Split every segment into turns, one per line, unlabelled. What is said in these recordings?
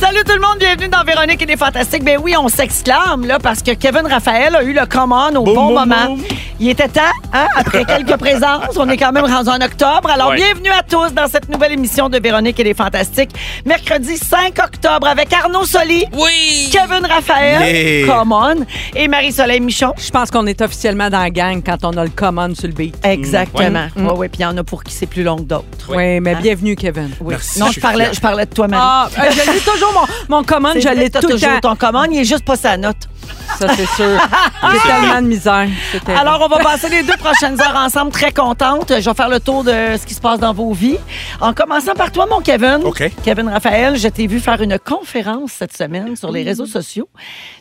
Salut tout le monde, bienvenue dans Véronique et les Fantastiques. Ben oui, on s'exclame là parce que Kevin Raphaël a eu le commande au bon
boum,
moment.
boum.
Il était temps, hein, après quelques présences, on est quand même rendu en octobre. Alors
Ouais.
bienvenue à tous dans cette nouvelle émission de Véronique et les Fantastiques. Mercredi 5 octobre avec Arnaud Soli.
Oui!
Kevin Raphaël,
Yeah.
come on, et Marie-Soleil Michon.
Je pense qu'on est officiellement dans la gang quand on a le command sur le beat.
Mm.
Exactement.
Mm.
Oui, oui, puis il y en a pour qui c'est plus long que d'autres.
Oui, mais bienvenue, Kevin.
Oui.
Merci,
non,
je
je
suis
parlais,
fier.
je parlais de toi, Marie.
Ah, euh, je l'ai toujours, mon, mon command, je
C'est vrai,
l'ai
t'as
tout le
toujours
temps.
ton commande, il est juste pas sa note.
Ça, c'est sûr. J'ai tellement de misère. C'est terrible.
Alors, on va passer les deux prochaines heures ensemble, très contente. Je vais faire le tour de ce qui se passe dans vos vies. En commençant par toi, mon Kevin.
OK.
Kevin Raphaël, je t'ai vu faire une conférence cette semaine sur
Mmh.
les réseaux sociaux.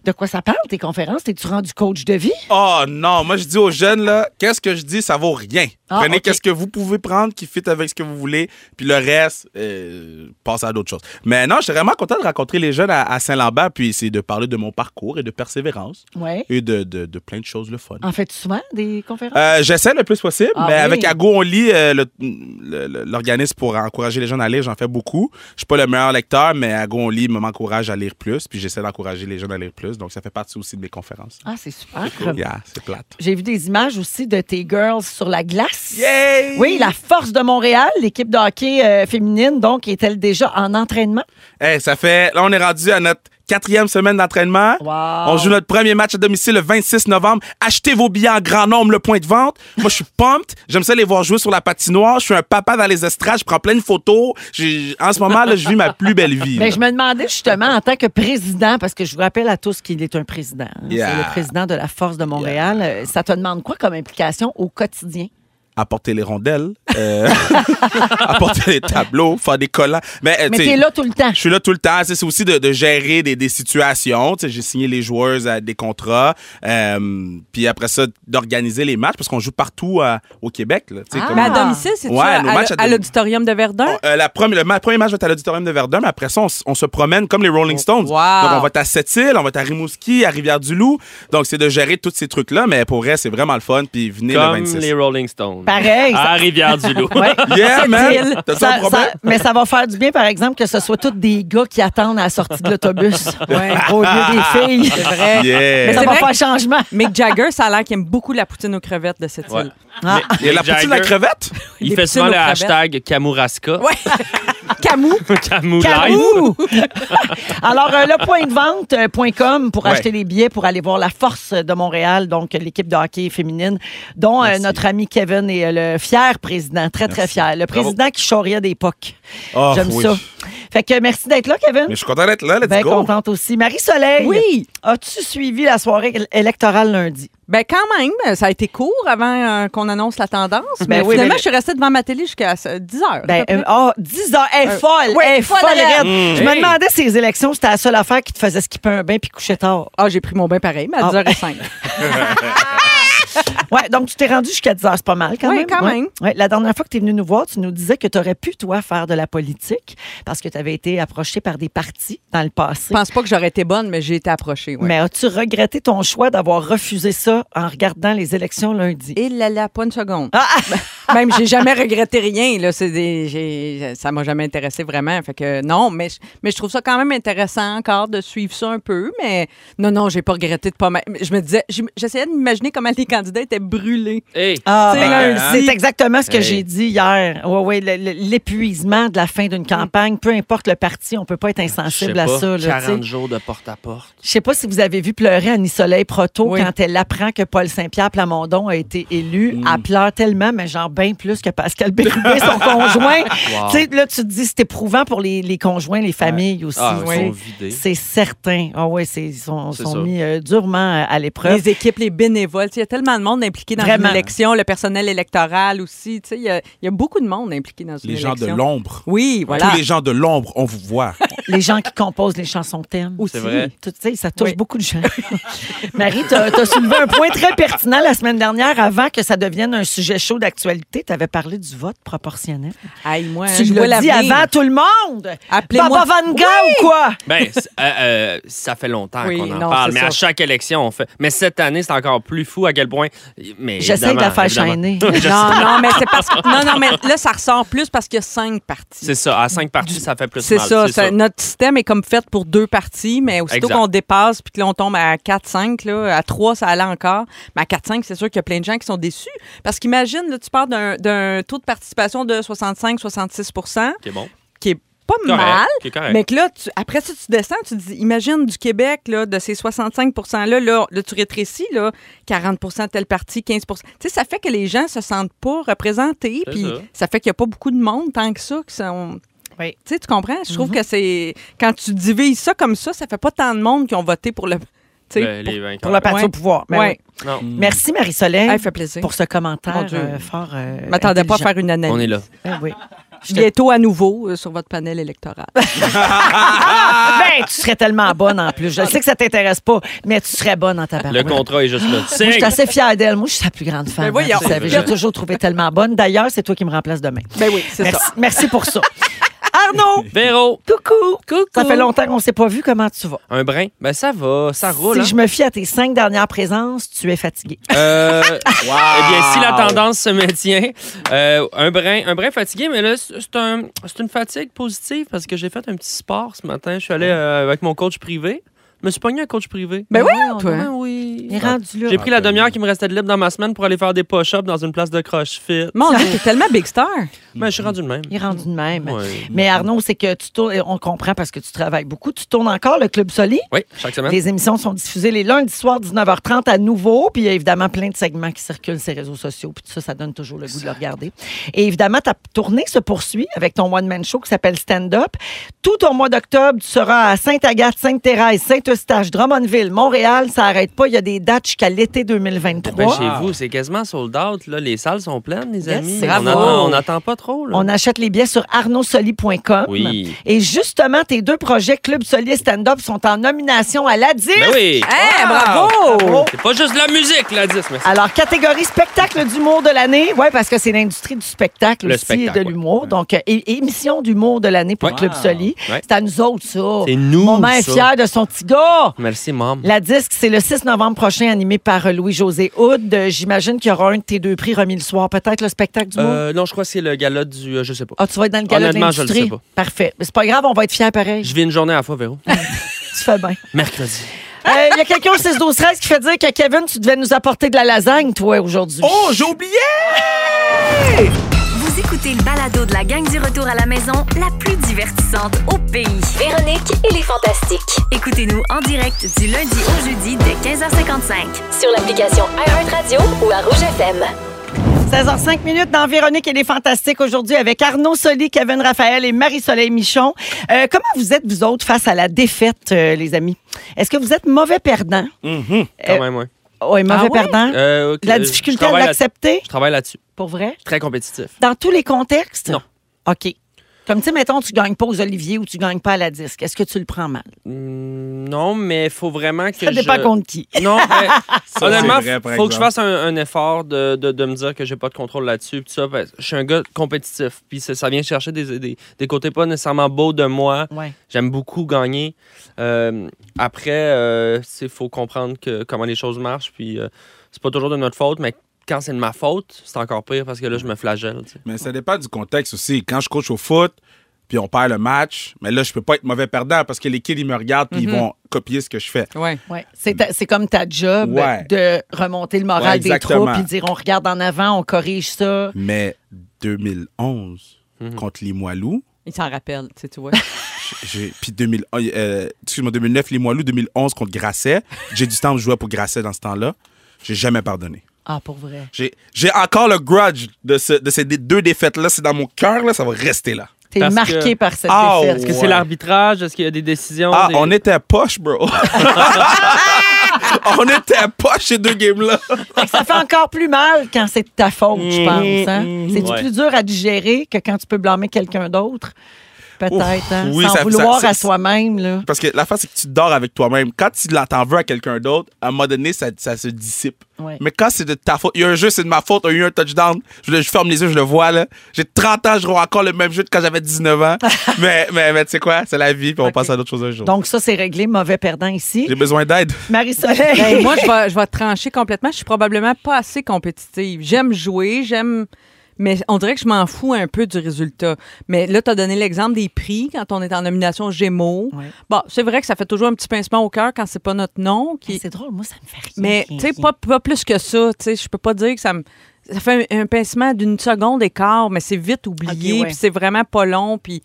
De quoi ça parle, tes conférences? T'es-tu rendu coach de vie?
Oh non, moi je dis aux jeunes, là, qu'est-ce que je dis, ça vaut rien.
Ah,
Prenez
ok.
qu'est-ce que vous pouvez prendre qui fit avec ce que vous voulez, puis le reste, euh, passez à d'autres choses. Mais non, je suis vraiment content de rencontrer les jeunes à, à Saint-Lambert, puis c'est de parler de mon parcours et de persévérance
Oui.
et de, de- de plein de choses le fun.
En fais-tu souvent des conférences?
Euh, J'essaie le plus possible,
Ah
mais
oui.
avec Ago, on lit euh, le- le- le- l'organisme pour encourager les jeunes à lire. J'en fais beaucoup. Je suis pas le meilleur lecteur, mais Ago, on lit, me m'encourage à lire plus, puis j'essaie d'encourager les jeunes à lire plus. Donc, ça fait partie aussi de mes conférences.
Ah, c'est super.
Yeah, c'est plate.
J'ai vu des images aussi de tes girls sur la glace.
Yay!
Oui, la force de Montréal, l'équipe de hockey euh, féminine, donc, est-elle déjà en entraînement?
Hey, ça fait. Là, on est rendu à notre quatrième semaine d'entraînement.
Wow.
On joue notre premier match à domicile le 26 novembre. Achetez vos billets en grand nombre, le point de vente. Moi, je suis pumped. J'aime ça les voir jouer sur la patinoire. Je suis un papa dans les estrades. Je prends plein de photos. J'ai- En ce moment, là, je vis ma plus belle vie.
Mais Ben,
là.
je me demandais justement, en tant que président, parce que je vous rappelle à tous qu'il est un président. hein, C'est
Yeah.
le président de la Force de Montréal. Euh, Ça te demande quoi comme implication au quotidien?
Apporter les rondelles, euh, apporter les tableaux, faire des collants. Mais, euh,
Mais
tu sais,
t'es là tout le temps.
Je suis là tout le temps. Tu sais, C'est aussi de, de gérer des, des situations. Tu sais, J'ai signé les joueuses à des contrats. Euh, puis après ça, d'organiser les matchs parce qu'on joue partout à- au Québec. là. Tu sais,
Ah.
comme-
Mais à domicile, c'est-tu
Ouais,
à,
nos
à-
matchs à
à
dom-
l'auditorium de Verdun?
Euh, la première, le ma- premier match va être à l'auditorium de Verdun, mais après ça, on, s- on se promène comme les Rolling
Oh,
Stones.
Wow.
Donc, on va être à Sept-Îles, on va être à Rimouski, à Rivière-du-Loup. Donc, c'est de gérer tous ces trucs-là, mais pour vrai, c'est vraiment le fun. Puis venez le
Comme
26.
les Rolling Stones.
Pareil. ça-
À Rivière-du-Loup.
Ah. Yeah, man!
Sept-Îles.
T'as-tu
Ça-
un problème?
ça- mais ça va faire du bien, par exemple, que ce soit tous des gars qui attendent à la sortie de l'autobus
Ouais.
au lieu des filles. C'est
Ah,
vrai.
Yeah.
Mais ça
C'est
va
vrai
faire un changement.
Mick Jagger, ça a l'air qu'il aime beaucoup la poutine aux crevettes de cette
Ouais.
île.
Ah.
Il y a la poutine de la
Jagger.
crevette?
Il
Les
fait souvent
poutines
le
aux crevettes.
hashtag Kamouraska.
Camus,
Camou Live.
Carou! Alors, euh, le point de vente.com pour
Ouais.
acheter les billets pour aller voir la force de Montréal, donc euh, l'équipe de hockey féminine, dont euh,
Merci.
notre ami Kevin est euh, le fier président, très, très
Merci.
fier. Le
Bravo.
président qui choria des pocs.
Oh,
J'aime
oui.
ça. Ben Fait que merci d'être là, Kevin.
Mais je suis content d'être là, let's
Bien
go!
contente aussi. Marie-Soleil,
oui.
as-tu suivi la soirée éle- électorale lundi?
Ben quand même, ça a été court avant euh, qu'on annonce la tendance.
Ben
mais
oui,
finalement,
mais-
je suis restée devant ma télé jusqu'à euh, 10 heures.
Ben,
à peu
euh,
près.
oh, 10 heures, elle est
Euh,
folle,
ouais,
elle est folle,
folle
raide.
raide.
Mmh.
Je me
Hey.
demandais si les élections, c'était la seule affaire qui te faisait skipper un bain puis coucher tard.
Ah, j'ai pris mon bain pareil, mais
Ah.
à 10h05.
Ouais, donc tu t'es rendu jusqu'à 10 heures, c'est pas mal quand
Ouais,
même.
quand
Ouais.
même.
Ouais, la dernière fois que tu es venu nous voir, tu nous disais que tu aurais pu, toi, faire de la politique parce que tu avais été approché par des partis dans le passé.
Je pense pas que j'aurais été bonne, mais j'ai été approchée. ouais.
Mais as-tu regretté ton choix d'avoir refusé ça en regardant les élections lundi?
Et là là, pas une seconde. Même j'ai jamais regretté rien là, c'est des- j'ai- ça m'a jamais intéressé vraiment, fait que non, mais je- mais je trouve ça quand même intéressant encore de suivre ça un peu, mais non non, j'ai pas regretté de pas m'a- je me disais j'im- j'essayais de m'imaginer comment les candidats étaient brûlés.
Hey,
Ah,
C'est
ben,
lundi.
c'est exactement ce que
Hey.
j'ai dit hier. Ouais, ouais, le- le- l'épuisement de la fin d'une campagne, peu importe le parti, on peut pas être
je sais
insensible à
pas,
ça. là, tu sais.
40 jours de porte-à-porte.
Je sais pas si vous avez vu pleurer Annie Soleil Proto
Oui.
quand elle apprend que Paul Saint-Pierre Plamondon a été élu.
Mm.
Elle pleure tellement, mais genre bien plus que Pascal Bérubé, son
Ah.
conjoint. Tu sais, là, tu te dis, c'est éprouvant pour les, les conjoints, les familles aussi.
Ah,
tu sais.
ils sont vidés.
C'est certain. Ah ouais, c'est- ils sont,
C'est
sont
ça.
mis euh, durement à l'épreuve.
Les équipes, les bénévoles, tu sais, il y a tellement de monde impliqué dans
Vraiment.
une élection, le personnel électoral aussi, tu sais, il y, a- il y a beaucoup de monde impliqué dans une
Les gens
élection.
de l'ombre.
Oui, voilà.
Tous les gens de l'ombre, on vous voit.
les gens qui composent les chansons thèmes.
Aussi.
vrai.
Tu sais, ça touche
Oui.
beaucoup de gens. Marie, tu as, soulevé un point très pertinent la semaine dernière avant que ça devienne un sujet chaud d'actualité. Tu avais parlé du vote proportionnel.
Aïe, moi,
tu
je vois
l'as dit
l'avenir.
avant tout le monde.
Appelez-moi.
Baba Vanga ou quoi?
Ben, c'est- euh, euh, ça fait longtemps
Oui,
qu'on en
non,
parle,
c'est
mais
ça.
à chaque élection, on fait. Mais cette année, c'est encore plus fou à quel point. Mais
J'essaie de la
évidemment,
faire
évidemment.
chaîner.
Non, non, mais c'est parce que. Non, non, mais là, ça ressort plus parce qu'il y a cinq parties.
C'est ça. À cinq parties, ça fait plus
C'est
mal.
ça, ça- Notre système est comme fait pour deux parties, mais aussitôt
Exact.
qu'on dépasse puis que là, on tombe à 4-5, là, à 3, ça allait encore. Mais à 4-5, c'est sûr qu'il y a plein de gens qui sont déçus. Parce qu'imagine, là, tu pars d'un- d'un taux de participation de 65-66
C'est bon.
qui est pas
Correct.
mal.
C'est correct.
Mais que là, tu- après ça, tu descends, tu te dis, imagine du Québec, là, de ces 65 %-là, là, là, tu rétrécis, là, 40 tel parti, 15 Tu sais, ça fait que les gens se sentent pas représentés,
C'est
puis
ça.
ça. fait qu'il n'y a pas beaucoup de monde tant que ça qui sont...
Oui.
Tu sais, tu comprends? Je trouve que c'est... Quand tu divises ça comme ça, ça fait pas tant de monde qui ont voté pour le... Tu sais,
Le-
pour-
Ben, les vainqueurs.
Pour le parti
Ouais.
au pouvoir. Ben
Ouais.
oui.
Non.
Merci, Marie-Soleil,
Ah, il fait plaisir.
pour ce commentaire
Mon Dieu.
euh, fort. euh,
Je m'attendais pas à
intelligent.
faire une analyse.
On est là.
Ben oui. Je te-
Bientôt à nouveau euh, sur votre panel électoral. Ah!
Ben, tu serais tellement bonne en plus. Je sais que ça t'intéresse pas, mais tu serais bonne en tabarouette.
Le contrat est juste là. Tu
Moi, je suis
signes.
assez fière d'elle. Moi, je suis sa plus grande fan. hein,
Ben voyons.
vous savez.
C'est
Je l'ai
vrai.
toujours trouvée tellement bonne. D'ailleurs, c'est toi qui me remplace demain.
ben oui, c'est ça.
Merci, merci pour ça. Arnaud,
Véro,
coucou. Ça fait longtemps qu'on ne s'est pas vu. Comment tu vas?
un brin. Ben, ça va. Ça roule.
si
hein.
je me fie à tes cinq dernières présences, tu es fatigué.
Euh, Eh bien, si la tendance se maintient, euh, un, brin, un brin fatigué, mais là, c'est un- c'est une fatigue positive parce que j'ai fait un petit sport ce matin. Je suis allé euh, avec mon coach privé. Je me suis pogné un coach privé.
Ben oui,
Voyons
toi.
donc.
Ah oui.
Il est rendu là.
J'ai pris la demi-heure qui me restait de libre dans ma semaine pour aller faire des push-ups dans une place de crossfit.
Mon Dieu, t'es tellement big star.
Mm.
Mais je suis rendu le même.
Il est rendu de même.
Ouais.
Mais Arnaud, c'est que tu tournes, et on comprend parce que tu travailles beaucoup. Tu tournes encore le Club Soli.
Oui, chaque semaine.
Les émissions sont diffusées les lundis soirs 19h30 à nouveau, puis il y a évidemment plein de segments qui circulent sur les réseaux sociaux, puis tout ça, ça donne toujours le goût de le regarder. Et évidemment, ta tournée se poursuit avec ton one-man show qui s'appelle Stand Up. Tout au mois d'octobre, tu seras à Sainte-Agathe, Sainte-Thérèse, Saint-Eustache, Drummondville, Montréal, ça n'arrête pas. Il y a des dates jusqu'à l'été 2023.
Ben, chez vous, c'est quasiment sold out. Là. Les salles sont pleines, les
Yes,
amis.
c'est
on
bravo.
attend- on n'attend pas trop. Là.
On achète les billets sur arnaudsoli.com.
Oui.
Et justement, tes deux projets Club Soli et Stand Up sont en nomination à la 10.
Ben oui.
Eh, bravo!
Bravo.
C'est pas juste de la musique, la 10, merci.
Alors, catégorie spectacle d'humour de l'année. Oui, parce que c'est l'industrie du spectacle
Le
aussi
spectacle,
et de
ouais.
l'humour. Donc, euh, é- émission d'humour de l'année pour
Ouais. Ah,
Club Soli.
Ouais.
C'est à nous autres, ça.
C'est nous,
Mon mère est
ça.
fière de son petit gars.
Merci, maman.
La disque, c'est le 6 novembre prochain, animé par euh, Louis-José Houd. Euh, J'imagine qu'il y aura un de tes deux prix remis le soir. Peut-être le spectacle d'humour.
Euh, non, je crois que c'est le gala du. euh, je sais pas.
Ah, tu vas être dans le galop de
honnêtement, je le
l'industrie.
sais pas.
Parfait. Mais c'est pas grave, on va être fiers pareil.
Je vis une journée à la fois, Véro.
Tu fais bien.
Mercredi.
Ah. Euh, Il y a quelqu'un au 6 12 13 qui fait dire que Kevin, tu devais nous apporter de la lasagne, toi, aujourd'hui.
Oh, j'ai oublié!
Vous écoutez le balado de la gang du retour à la maison, la plus divertissante au pays.
Véronique et les Fantastiques.
Écoutez-nous en direct du lundi au jeudi dès 15h55.
Sur l'application iHeartRadio ou à Rouge FM.
16h05 minutes dans Véronique et les Fantastiques aujourd'hui avec Arnaud Soli, Kevin Raphaël et Marie-Soleil Michon. Euh, comment vous êtes, vous autres, face à la défaite, euh, les amis? Est-ce que vous êtes mauvais perdant?
Quand
Euh,
même, Oh! ouais.
Oui, mauvais
Ah ouais?
perdant.
Euh, ok,
hein? la
euh, je
difficulté à
travaille là-
l'accepter,
Je travaille là-dessus.
pour vrai?
Très compétitif.
Dans tous les contextes?
Non.
OK. Comme, tu sais, mettons, tu gagnes pas aux Oliviers ou tu gagnes pas à la disque. Est-ce que tu le prends mal?
Mm, non, mais faut vraiment que
Ça
je.
dépend contre qui.
Non, mais
c'est
honnêtement,
vrai, par
faut que je
exemple.
fasse un, un effort de, de, de me dire que j'ai pas de contrôle là-dessus. puis ça, parce que je suis un gars compétitif. Puis ça, ça vient chercher des, des, des côtés pas nécessairement beaux de moi.
Ouais.
J'aime beaucoup gagner. Euh, après, il faut comprendre que, comment les choses marchent. Puis euh, c'est pas toujours de notre faute, mais quand c'est de ma faute, c'est encore pire parce que là, je me flagelle. tu sais.
Mais ça dépend du contexte aussi. Quand je coach au foot, puis on perd le match, mais là, je peux pas être mauvais perdant parce que les kids, ils me regardent puis ils vont copier ce que je fais.
Ouais.
Ouais. C'est, ta- c'est comme ta job
Ouais.
de remonter le
Ouais,
moral des
exactement.
troupes et dire on regarde en avant, on corrige ça.
Mais 2011, contre les Moilous,
Il s'en rappelle, tu sais, tu vois.
j'ai- puis 2000 euh, excuse-moi, 2009, les Moilous, 2011 contre Grasset. J'ai du temps, je jouais pour Grasset dans ce temps-là. J'ai jamais pardonné.
Ah, pour vrai.
J'ai j'ai encore le grudge de, ce- de ces dé- deux défaites-là. C'est dans mon cœur, là, ça va rester là.
T'es
Parce
marqué
que-
par cette
Ah,
défaite.
Est-ce que
Ouais.
c'est l'arbitrage? Est-ce qu'il y a des décisions?
Ah,
des-
on était poche, bro. on était poche ces deux games-là.
Fait que Ça fait encore plus mal quand c'est de ta faute, je pense. hein? C'est du
Mm, Ouais.
plus dur à digérer que quand tu peux blâmer quelqu'un d'autre. peut-être. hein,
oui,
sans
ça- ça-
vouloir
ça-
à soi-même. Là.
Parce que la face, c'est que tu dors avec toi-même. Quand tu la- t'en veux à quelqu'un d'autre, à un moment donné, ça, ça se dissipe.
Ouais.
Mais quand c'est de ta faute, il y a un jeu, c'est de ma faute, il y a eu un touchdown, je, le- je ferme les yeux, je le vois, là. J'ai 30 ans, je vois encore le même jeu de quand j'avais 19 ans. mais mais, mais tu sais quoi, c'est la vie, puis on passe à d'autres choses un jour.
Donc, ça, c'est réglé. Mauvais perdant ici.
J'ai besoin d'aide.
Marie-Soleil.
Ben, moi, je vais, je vais trancher complètement. Je suis probablement pas assez compétitive. J'aime jouer, j'aime. Mais on dirait que je m'en fous un peu du résultat. Mais là, tu as donné l'exemple des prix quand on est en nomination aux Gémeaux.
Ouais.
Bon, c'est vrai que ça fait toujours un petit pincement au cœur quand c'est pas notre nom.
Hey,
Qui...
C'est drôle, moi, ça me fait rien.
Mais
rien,
tu sais,
rien.
pas, pas plus que ça. Tu sais, je peux pas dire que ça me. Ça fait un, un pincement d'une seconde et quart, mais c'est vite oublié,
Ok, ouais.
puis c'est vraiment pas long, puis.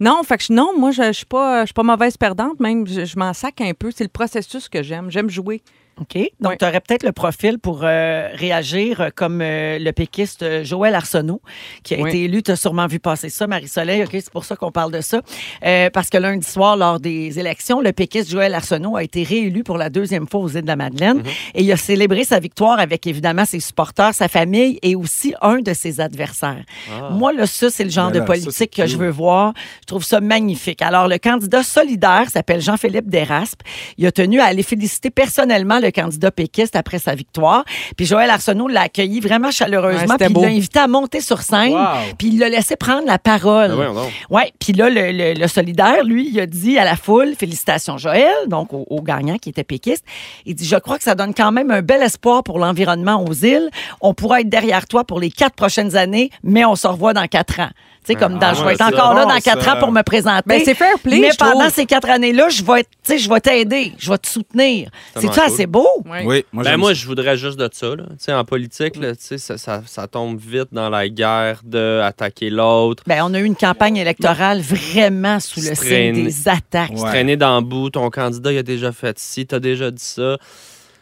Non, fait que je- non, moi je, je suis pas je suis pas mauvaise perdante même, je, je m'en sac un peu, c'est le processus que j'aime, j'aime jouer.
OK. Donc,
Ouais.
tu aurais peut-être le profil pour euh, réagir euh, comme euh, le péquiste euh, Joël Arsenault, qui a
Oui.
été élu. Tu as sûrement vu passer ça, Marie-Soleil. OK, c'est pour ça qu'on parle de ça. Euh, parce que lundi soir, lors des élections, le péquiste Joël Arsenault a été réélu pour la deuxième fois aux Îles-de-la-Madeleine.
Mm-hmm.
Et il a célébré sa victoire avec, évidemment, ses supporters, sa famille et aussi un de ses adversaires. Moi, là, ça, c'est le genre
Ben
de
Ah. là, ça, c'est
politique que je
cute.
veux voir. Je trouve ça magnifique. Alors, le candidat solidaire s'appelle Jean-Philippe Desraspes. Il a tenu à aller féliciter personnellement le candidat péquiste après sa victoire. Puis Joël Arsenault l'a accueilli vraiment
Ouais,
chaleureusement.
c'était
puis il
beau.
l'a invité à monter sur scène.
Wow.
Puis il l'a laissé prendre la parole.
Ben voyons donc.
Oui, puis là, le, le- le solidaire, lui, il a dit à la foule, félicitations Joël, donc au, au gagnant qui était péquiste. Il dit, je crois que ça donne quand même un bel espoir pour l'environnement aux îles. On pourra être derrière toi pour les quatre prochaines années, mais on se revoit dans quatre ans. Tu sais, comme dans,
Ah,
je
ouais,
vais être
c'est
encore là
bon,
dans quatre
ça.
ans pour me présenter.
Ben, c'est fair play,
Mais
je
pendant
trouve.
ces quatre années-là, je vais être- tu sais, je vais t'aider, je vais te soutenir.
Tellement
C'est-tu
cool.
assez beau?
Oui, moi,
Ben
j'aime
moi,
ça.
je voudrais juste de ça. Là. Tu sais, En politique, là, tu sais, ça, ça, ça tombe vite dans la guerre de attaquer l'autre,
Ben, on a eu une campagne électorale vraiment sous le signe
Strainée.
des attaques.
Ouais.
se traîner dans le bout, ton candidat il a déjà fait ci, t'as déjà dit ça.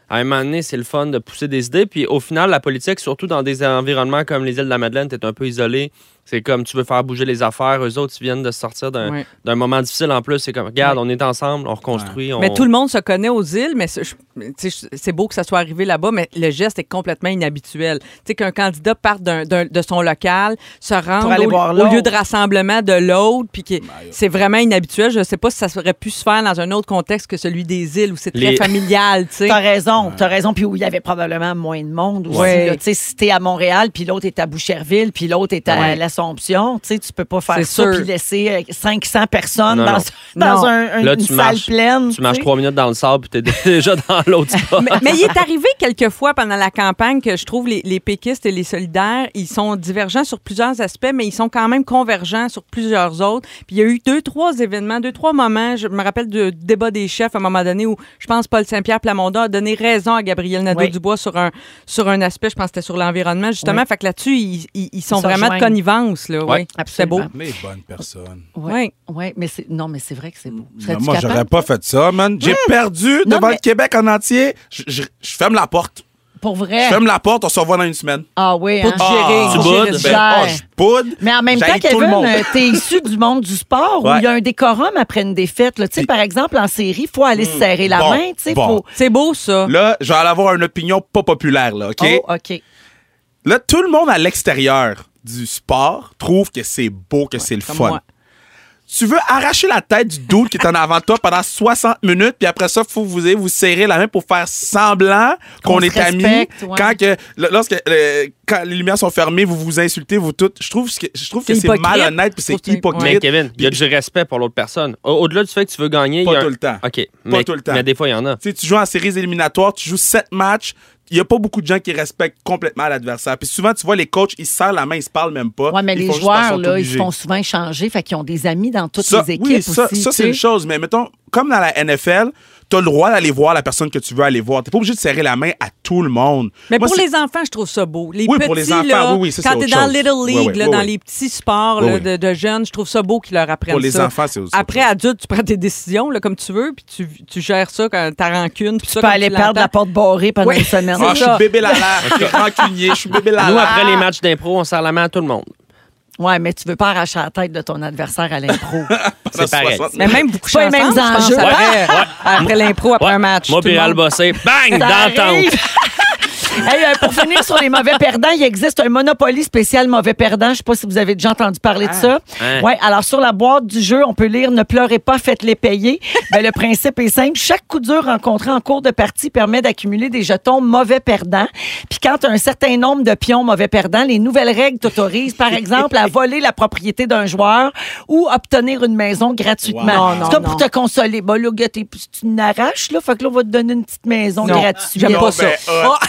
À un moment donné, c'est le fun de pousser des idées. Puis au final, la politique, surtout dans des environnements comme les îles de la Madeleine, t'es un peu isolé. C'est comme tu veux faire bouger les affaires. Eux autres, ils viennent de sortir d'un
Ouais.
d'un moment difficile en plus. C'est comme, regarde, on est ensemble, on reconstruit. On...
Mais tout le monde se connaît aux îles, mais c'est- je- tu sais, c'est beau que ça soit arrivé là-bas, mais le geste est complètement inhabituel. Tu sais, qu'un candidat parte d'un- d'un- de son local, se rende
aller
au,
voir
au
l'autre.
lieu de rassemblement de l'autre, puis qu'il- c'est vraiment inhabituel. Je ne sais pas si ça aurait pu se faire dans un autre contexte que celui des îles où c'est très
Les-
familial, tu sais.
T'as raison, t'as raison. Puis où il y avait probablement moins de monde aussi.
Ouais.
là. Tu sais, si t'es à Montréal, puis l'autre est à Boucherville, puis l'autre est à
Ouais.
l'Assomption, tu sais, tu peux pas faire
C'est
ça
sûr.
puis laisser euh, 500 personnes
Non,
dans,
non.
dans
Non.
un- un-
Là,
une
tu
salle
marches-
pleine.
Tu marches
sais.
trois minutes dans le sable, puis t'es déjà dans l'autre spot.
mais, mais il est arrivé quelquefois pendant la campagne que je trouve les, les péquistes et les solidaires, ils sont divergents sur plusieurs aspects, mais ils sont quand même convergents sur plusieurs autres. Puis il y a eu deux, trois événements, deux, trois moments. Je me rappelle du débat des chefs à un moment donné où je pense Paul Saint-Pierre Plamondon a donné raison à Gabriel Nadeau-Dubois sur, un, sur un aspect, je pense que c'était sur l'environnement, justement.
Oui.
Fait que là-dessus, ils, ils- ils sont
Ils se
vraiment de
rejoignent.
connivence. Là, oui. C'est beau.
absolument.
Les bonnes personnes.
Ouais. Ouais, mais c'est non, mais c'est vrai que c'est beau.
Non,
Serais-tu
moi,
capable? Hmm.
j'aurais pas fait ça, man. J'ai perdu
Non,
devant
mais-
le Québec en entier. Je, je- je ferme la porte.
Pour
Je
vrai.
ferme la porte, on se revoit dans une semaine.
Ah oui.
Pour
hein.
te gérer.
tu
Gérer,
boudes?
gérer.
Ben, oh, je boude.
Mais en même temps,
J'haïs tout le
Kevin,
monde.
euh, t'es issu du monde du sport où
Ouais.
il y a un décorum après une défaite. là. Tu sais,
Puis- Hmm.
par exemple, en série, faut aller se serrer la
Bon,
main. Tu sais,
bon.
faut.
C'est beau, ça.
Là, je vais aller avoir une opinion pas populaire, là, OK?
Oh, OK.
Là, tout le monde à l'extérieur du sport trouve que c'est beau, que c'est le
comme
fun.
moi.
Tu veux arracher la tête du doute qui est en avant de toi pendant 60 minutes, puis après ça, faut vous, vous serrer la main pour faire semblant qu'on
Qu'on se
est amis.
respecte, ouais.
Quand que, le- lorsque, euh, quand les lumières sont fermées, vous vous insultez, vous toutes. Je trouve que je trouve que
C'est
c'est
hypocrite.
malhonnête, puis
Je
c'est
trouve que-
hypocrite.
Ouais.
Mais Kevin, il y a du respect pour l'autre personne. Au- Au-delà du fait que tu veux gagner,
Pas
il y a un-
tout le temps.
OK.
Pas
mais,
tout le temps.
Mais des fois, il y en a.
Tu sais, tu joues en séries éliminatoires, tu joues sept matchs. Il n'y a pas beaucoup de gens qui respectent complètement l'adversaire. Puis souvent, tu vois, les coachs, ils se serrent la main, ils se parlent même pas.
Oui, mais
Ils
les
font juste parce qu'ils
joueurs,
sont
là, ils se
obligés.
font souvent échanger, fait qu'ils ont des amis dans toutes
ça,
les équipes
oui, ça,
aussi,
ça,
tu
c'est
sais.
une chose. Mais mettons, comme dans la NFL, tu as le droit d'aller voir la personne que tu veux aller voir. Tu pas obligé de serrer la main à tout le monde.
Mais
Moi,
pour
c'est-
les enfants, je trouve ça beau. Les
Oui,
petits,
pour les enfants,
là,
oui, oui, ça, c'est
quand t'es
autre
dans
chose.
Little League,
Oui, oui,
là,
oui,
dans
oui.
les petits sports
Oui,
là,
oui.
de, de jeunes, je trouve ça beau qu'ils leur apprennent
Pour les
ça.
enfants, c'est aussi.
Après, adulte, tu prends tes décisions là, comme tu veux, puis tu, tu gères ça quand ta rancune. Puis
Tu peux aller perdre la porte barrée pendant
Oui.
une semaine.
Ah, je
ça.
suis bébé la je suis rancunier, je suis bébé la
Nous, après les matchs d'impro, on serre la main à tout le monde.
Ouais, mais tu veux pas arracher la tête de ton adversaire à l'impro.
C'est pareil.
Mais même beaucoup
Pas les mêmes enjeux.
après, après l'impro, après un match.
Moi,
tout le
puis
monde-
Al Bossé, bang,
Ça
dans le
arrive.
temple.
Hey, euh, pour finir sur les mauvais perdants, il existe un Monopoly spécial mauvais perdant. Je ne sais pas si vous avez déjà entendu parler de
Ah.
ça.
Hein.
Ouais, alors sur la boîte du jeu, on peut lire Ne pleurez pas, faites-les payer. Ben, le principe est simple. Chaque coup dur rencontré en cours de partie permet d'accumuler des jetons mauvais perdants. Puis quand tu as un certain nombre de pions mauvais perdants, les nouvelles règles t'autorisent, par exemple, à voler la propriété d'un joueur ou obtenir une maison gratuitement.
Wow. Non, non,
C'est comme pour
non.
te consoler. Bon, là, gars, t'es- tu n'arraches, là. Fait que là, on va te donner une petite maison
Non,
gratuite. Ah,
j'aime pas ça.
ben, hot.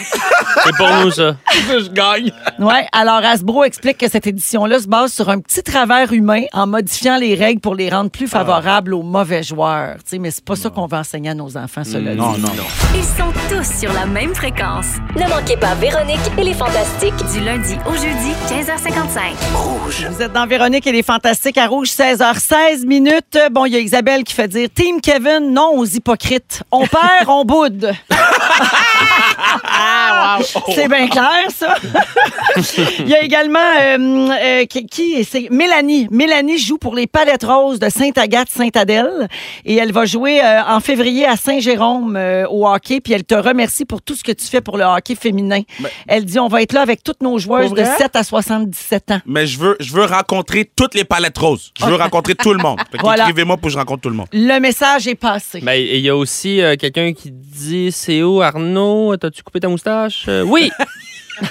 C'est pour nous, ça.
je gagne.
Ouais, alors Hasbro explique que cette édition-là se base sur un petit travers humain en modifiant les règles pour les rendre plus favorables aux mauvais joueurs. Tu sais, mais c'est pas ça qu'on va enseigner à nos enfants, cela dit.
Non, non, non.
Ils sont tous sur la même fréquence.
Ne manquez pas Véronique et les Fantastiques.
Du lundi au jeudi, 15h55.
Vous êtes dans Véronique et les Fantastiques à Rouge, 16h16 minutes. Bon, il y a Isabelle qui fait dire Team Kevin, non aux hypocrites. On perd, on boude.
Ah,
C'est bien clair, ça. Il y a également euh, euh, qui, qui est- c'est Mélanie. Mélanie joue pour les Palettes Roses de Sainte-Agathe-Sainte-Adèle et elle va jouer euh, en février à Saint-Jérôme euh, au hockey. Puis elle te remercie pour tout ce que tu fais pour le hockey féminin. Elle dit on va être là avec toutes nos joueuses
Ben Pour
de
vrai?
7 à 77 ans.
Mais je veux, je veux rencontrer toutes les palettes roses. Je veux rencontrer tout le monde. Fait que
Voilà.
Écrivez-moi pour que je rencontre tout le monde.
Le message est passé.
Ben, il y a aussi euh, quelqu'un qui dit C'est où, Arnaud T'as-tu coupé ta moustache Euh, Oui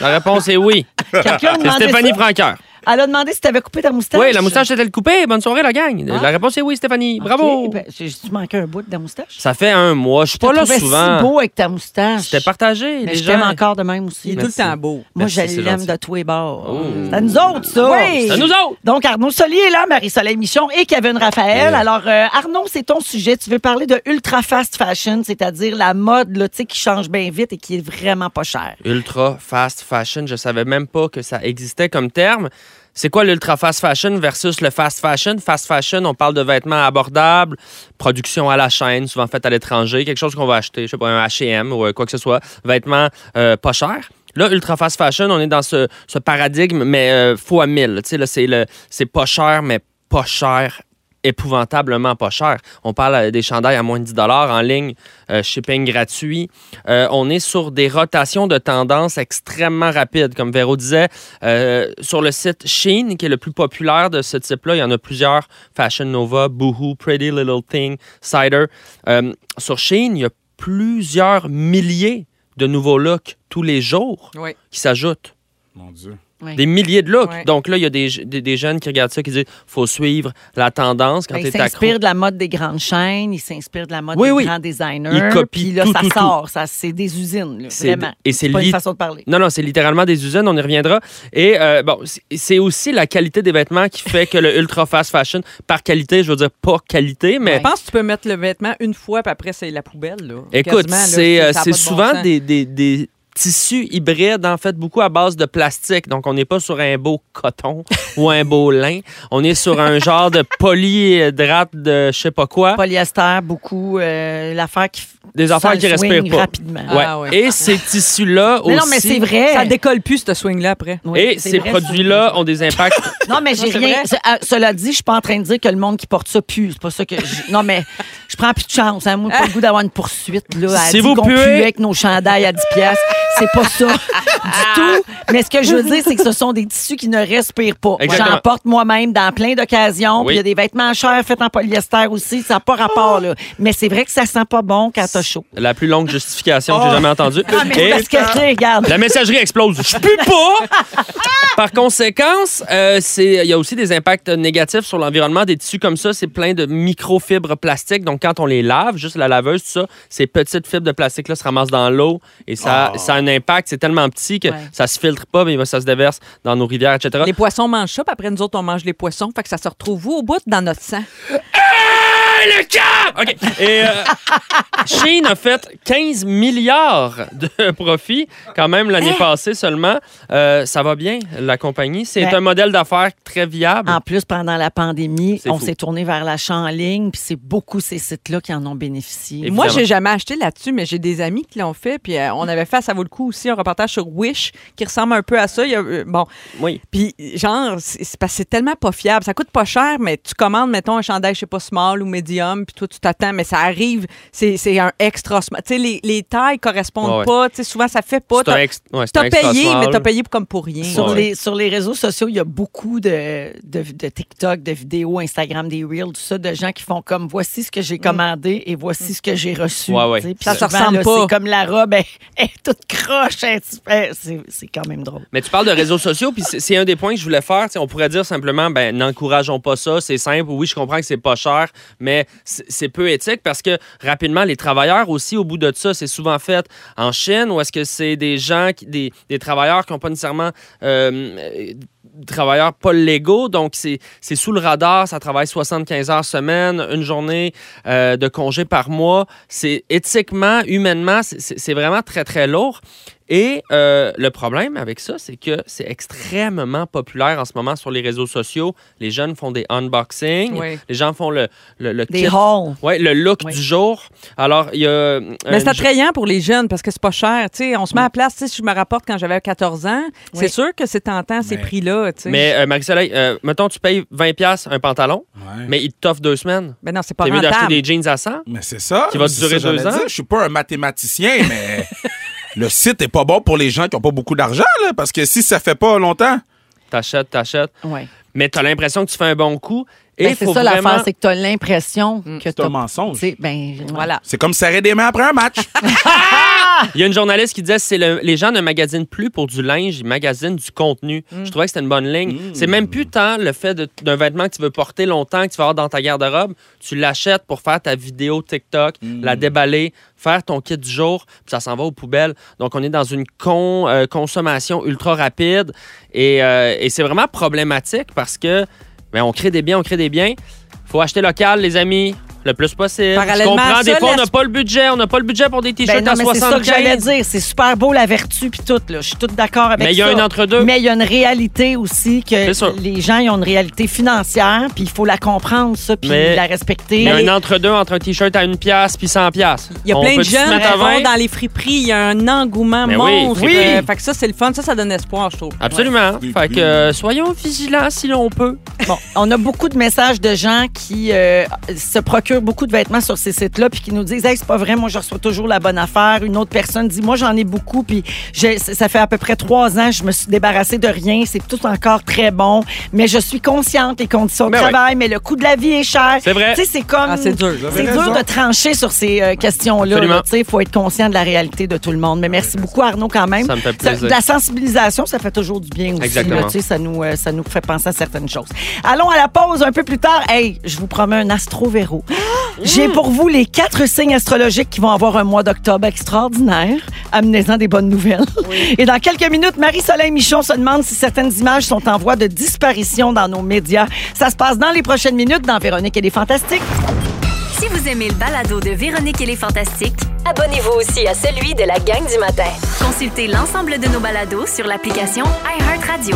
La réponse est oui.
Quelqu'un a
C'est
demandé
Stéphanie
ça.
Franqueur.
Elle a demandé si tu avais coupé ta moustache.
Oui, la moustache était le coupée. Bonne soirée, la gang. La réponse est oui, Stéphanie.
Ah. Ok,
Bravo.
ben, j'ai juste manqué un bout de ta moustache.
Ça fait un mois. Je suis
Je
pas
te
là
trouvais
souvent.
si beau avec ta moustache.
C'était partagé.
Mais
les
je t'aime
gens.
encore de même aussi.
Il est tout le
Merci.
temps beau.
Moi,
Merci,
je
c'est
l'aime
gentil.
de tous les bords.
Oh.
C'est à nous autres, ça.
Oui.
C'est à nous autres.
Donc, Arnaud Solier est là, Marie-Soleil Michon et Kevin Raphaël. Alors, euh, Arnaud, c'est ton sujet. Tu veux parler de ultra fast fashion, c'est-à-dire la mode là, tu sais, qui change bien vite et qui est vraiment pas chère.
Ultra fast fashion. Je savais même pas que ça existait comme terme. C'est quoi l'ultra fast fashion versus le fast fashion? Fast fashion, on parle de vêtements abordables, production à la chaîne, souvent faite à l'étranger, quelque chose qu'on va acheter, je sais pas, un H&M ou euh, quoi que ce soit, vêtements euh, pas chers. Là, ultra fast fashion, on est dans ce, ce paradigme, mais euh, fois mille. Tu sais, là, c'est le- c'est pas cher, mais pas cher épouvantablement pas cher. On parle euh, des chandails à moins de 10 en ligne, euh, shipping gratuit. Euh, on est sur des rotations de tendance extrêmement rapides. Comme Véro disait, euh, sur le site Shein, qui est le plus populaire de ce type-là, il y en a plusieurs, Fashion Nova, Boohoo, Pretty Little Thing, Cider. Euh, sur Shein, il y a plusieurs milliers de nouveaux looks tous les jours
Oui.
qui s'ajoutent.
Mon Dieu.
Des milliers de looks.
Ouais.
Donc là, il y a des, des, des jeunes qui regardent ça qui disent faut suivre la tendance quand
Ben, il
tu es accro.
s'inspire de la mode des grandes chaînes, il s'inspire de la mode
Oui,
des
oui.
grands designers.
Il copie
Puis là,
tout,
ça
tout, tout.
sort. Ça, c'est des usines, là,
C'est-
vraiment.
et c'est
pas une
lit-
façon de parler.
Non, non, c'est littéralement des usines, on y reviendra. Et euh, bon, c'est- c'est aussi la qualité des vêtements qui fait que le ultra fast fashion, par qualité, je veux dire pas qualité, mais
Je pense que tu peux mettre le vêtement une fois, puis après, c'est la poubelle. Là.
Écoute,
Quasiment, là,
c'est
ça
euh,
a pas
c'est
de bon
souvent
sens.
des, des- des tissus hybrides, en fait, beaucoup à base de plastique. Donc, on n'est pas sur un beau coton ou un beau lin. On est sur un genre de polyhydrate de je sais pas quoi.
Polyester, beaucoup. euh, L'affaire qui. f-
Des
sent
affaires
le
qui
swing
respirent pas.
rapidement.
Ouais.
Ah, ouais.
Et ces tissus-là aussi.
Mais non, mais c'est vrai.
Ça décolle plus, ce swing-là, après.
Oui,
Et
c'est
ces
vrai,
produits-là ont des impacts.
Non, mais j'ai
c'est
rien.
vrai.
ce- ah, Cela dit, je suis pas en train de dire que le monde qui porte ça pue. C'est pas ça que. je- Non, mais je prends plus de chance. Hein. Moi, j'ai pas le goût d'avoir une poursuite. Là, à
Si
dire
vous
qu'on
puez-
puait avec nos chandails à 10 piastres. C'est pas ça
Ah.
du tout. Mais ce que je veux dire, c'est que ce sont des tissus qui ne respirent pas.
Exactement.
J'en porte moi-même dans plein d'occasions. Puis il y a
Oui.
des vêtements chers faits en polyester aussi. Ça n'a pas rapport, là. Mais c'est vrai que ça sent pas bon quand t'as chaud.
La plus longue justification que j'ai jamais entendue.
Ah, mais
Et-
parce que, tu sais, regarde.
La messagerie explose. Je pue pas. Par conséquence, euh, c'est- il y a aussi des impacts négatifs sur l'environnement. Des tissus comme ça, c'est plein de microfibres plastiques. Donc, quand on les lave, juste la laveuse, tout ça, ces petites fibres de plastique-là se ramassent dans l'eau et ça,
Oh.
ça a un impact. C'est tellement petit que
Ouais.
ça se filtre pas, mais ça se déverse dans nos rivières,
Ah.
etc.
Les poissons mangent ça, puis après, nous autres, on mange les poissons. Fait que ça se retrouve au bout dans notre sang.
le cap! OK. Et euh, Shein a fait 15 milliards de profits quand même
Hein?
l'année passée seulement. Euh, ça va bien, la compagnie. C'est
Ben-
un modèle d'affaires très viable.
En plus, pendant la pandémie,
C'est
on
fou.
s'est tourné vers l'achat en ligne, puis c'est beaucoup ces sites-là qui en ont bénéficié.
Et
Moi,
Évidemment.
j'ai jamais acheté là-dessus, mais j'ai des amis qui l'ont fait. Puis euh, on avait fait, à ça vaut le coup aussi, un reportage sur Wish qui ressemble un peu à ça. Il y a, euh, bon,
Oui.
puis genre, c'est c'est parce que c'est tellement pas fiable. Ça coûte pas cher, mais tu commandes, mettons, un chandail, je sais pas, small ou medium, puis toi, tu t'attends, mais ça arrive, c'est c'est un extra small. Tu sais, les, les tailles correspondent
Ouais, ouais.
pas. Tu sais, souvent, ça fait pas.
C'est un
T'as
ex- ouais, c'est un
t'as
extra
payé,
small.
mais t'as payé comme pour rien.
Sur,
Ouais.
les, sur les réseaux sociaux, il y a beaucoup de, de, de TikTok, de vidéos, Instagram, des Reels, tout ça, de gens qui font comme voici ce que j'ai commandé et voici ce que j'ai reçu.
Ouais, ouais.
Tu sais, puis
Ça se
souvent,
ressemble
là,
pas.
C'est comme la robe, elle, elle est toute croche. elle est- elle- c'est c'est quand même drôle.
Mais tu parles de réseaux sociaux, puis c'est- c'est un des points que je voulais faire. Tu sais, on pourrait dire simplement, ben n'encourageons pas ça, c'est simple. Oui, je comprends que c'est pas cher, mais c'est c'est peu éthique parce que rapidement, les travailleurs aussi, au bout de ça, c'est souvent fait en Chine ou est-ce que c'est des gens, qui- des, des travailleurs qui n'ont pas nécessairement. euh, euh, travailleurs pas légaux, donc c'est c'est sous le radar, ça travaille 75 heures semaine, une journée euh, de congé par mois. C'est éthiquement, humainement, c'est- c'est c'est vraiment très, très lourd. Et euh, le problème avec ça, c'est que c'est extrêmement populaire en ce moment sur les réseaux sociaux. Les jeunes font des unboxings,
Oui.
les gens font le, le, le
Des
kit.
hauls.
Ouais, le look
Oui.
du jour. Alors, il y a. euh,
Mais c'est
une-
attrayant pour les jeunes parce que c'est pas cher. Tu sais, on se met à la place. Tu sais, si je me rapporte quand j'avais 14 ans, c'est sûr que c'est tentant ces
Mais-
prix-là. tu sais.
Mais euh, Marie-Soleil, euh, mettons, tu payes 20$ un pantalon,
Ouais.
mais il t'offre deux semaines.
Ben non, c'est pas
T'es mieux d'acheter
rentable.
des jeans à 100?
Mais c'est ça.
Qui va
C'est
durer
ça que
deux
j'allais
ans.
dire. Je suis pas un mathématicien, mais le site est pas bon pour les gens qui ont pas beaucoup d'argent, là, parce que si ça fait pas longtemps,
T'achètes, t'achètes.
Ouais.
Mais t'as l'impression que tu fais un bon coup. Et
Ben,
il
c'est
faut
ça
vraiment... Mm.
l'affaire, c'est que tu as l'impression que
c'est un
tu
mensonge.
Ben,
Voilà.
C'est comme serrer des mains après un match.
Il y a une journaliste qui disait c'est le- les gens ne magasinent plus pour du linge, ils magasinent du contenu.
Mm.
Je trouvais que c'était une bonne ligne. C'est même plus tant le fait de- d'un vêtement que tu veux porter longtemps, que tu vas avoir dans ta garde-robe. Tu l'achètes pour faire ta vidéo TikTok,
Mm.
la déballer, faire ton kit du jour, puis ça s'en va aux poubelles. Donc, on est dans une con- euh, consommation ultra rapide. Et, euh, et c'est vraiment problématique parce que ben, on crée des biens, on crée des biens. faut acheter local, les amis. Le plus possible. Je
Parallèlement à
comprends, des
ça,
fois, on n'a
l'as-
pas le budget. On n'a pas le budget pour des t-shirts
Ben non,
à
mais c'est ça que
75.
j'allais dire. C'est super beau, la vertu, puis tout. là. Je suis toute d'accord avec
Mais il y a
ça.
un entre-deux.
Mais il y a une réalité aussi
C'est sûr.
que les gens ils ont une réalité financière, puis il faut la comprendre, ça, puis
Mais-
la respecter.
Il y a un entre-deux entre un t-shirt à une pièce puis 100 pièces.
Il y a
On
plein de
peut se
jeunes
mettre
qui
à
vont
20?
dans les friperies. Il y a un engouement
Mais oui,
monstre.
friperies.
Euh, fait que ça, c'est le fun. Ça, ça donne espoir, je trouve.
Absolument.
Ouais.
Fait que euh, soyons vigilants si l'on peut.
Bon, on a beaucoup de messages de gens qui euh, se procurent beaucoup de vêtements sur ces sites-là, puis qui nous disent Hey, c'est pas vrai, moi, je reçois toujours la bonne affaire. Une autre personne dit Moi, j'en ai beaucoup, puis j'ai- c- ça fait à peu près trois ans, je me suis débarrassée de rien, c'est tout encore très bon, mais je suis consciente des conditions de
Mais ouais.
travail, mais le coût de la vie est cher.
C'est vrai.
Tu sais, c'est comme.
Ah, c'est dur.
Vous avez
C'est dur
raison.
de trancher sur ces euh, questions-là.
Absolument.
là, tu sais, Il faut être conscient de la réalité de tout le monde. Mais merci beaucoup, Arnaud, quand même.
Ça me fait
Ça-
plaisir.
la sensibilisation, ça fait toujours du bien aussi.
Exactement.
là, tu sais, ça, nous, euh, ça nous fait penser à certaines choses. Allons à la pause un peu plus tard. Hey, je vous promets un astro-véro. J'ai pour vous les quatre signes astrologiques qui vont avoir un mois d'octobre extraordinaire, amenez-en des bonnes nouvelles. Et dans quelques minutes, Marie-Soleil Michon se demande si certaines images sont en voie de disparition dans nos médias. Ça se passe dans les prochaines minutes dans Véronique et les Fantastiques.
Si vous aimez le balado de Véronique et les Fantastiques,
Abonnez-vous aussi à celui de la gang du matin.
consultez l'ensemble de nos balados sur l'application iHeartRadio.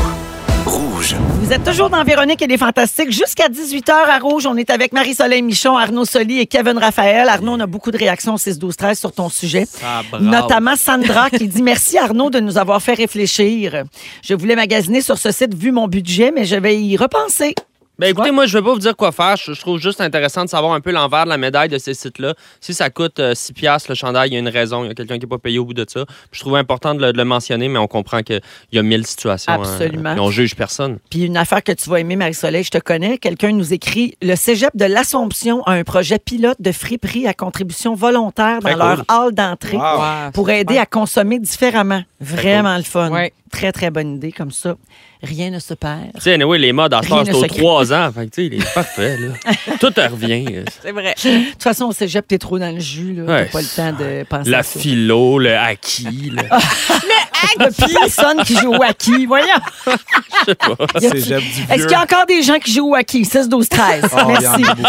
Vous êtes toujours dans Véronique et les Fantastiques. Jusqu'à 18h à Rouge, on est avec Marie-Soleil Michon, Arnaud Soli et Kevin Raphaël. Arnaud, on a beaucoup de réactions au 6-12-13 sur ton sujet.
Ah,
Notamment Sandra qui dit merci Arnaud de nous avoir fait réfléchir. Je voulais magasiner sur ce site vu mon budget, mais je vais y repenser.
Ben écoutez, moi, je vais pas vous dire quoi faire. Je, je trouve juste intéressant de savoir un peu l'envers de la médaille de ces sites-là. Si ça coûte euh, 6 piastres le chandail, il y a une raison. Il y a quelqu'un qui n'est pas payé au bout de ça. Puis je trouve important de le, de le mentionner, mais on comprend qu'il y a mille situations. hein.
Absolument.
Et on juge personne.
Puis une affaire que tu vas aimer, Marie-Soleil, je te connais. Quelqu'un nous écrit Le cégep de l'Assomption a un projet pilote de friperie à contribution volontaire dans
Très
leur
cool.
hall d'entrée.
Wow.
Wow,
pour
c'est
aider
super.
à consommer différemment. Vraiment le fun.
Ouais.
Très, très bonne idée comme ça. Rien ne se perd.
Tu sais, anyway, les modes à ce
Rien
soir,
ne
c'est aux
se crée.
3 ans. Fait que, tu sais, il est parfait, là. Tout revient. euh.
C'est vrai.
De toute façon, au cégep, t'es trop dans le jus. là.
Ouais,
T'as pas le temps de
Ah,
penser à
La
ça. Ah,
philo, le acquis, là.
Il y a personne qui joue au hockey. Voyons. Y a-tu-
Cégep du
Est-ce qu'il y a encore des gens qui jouent au hockey? 16, 12, 13.
Oh, il y en a
Merci.
beaucoup.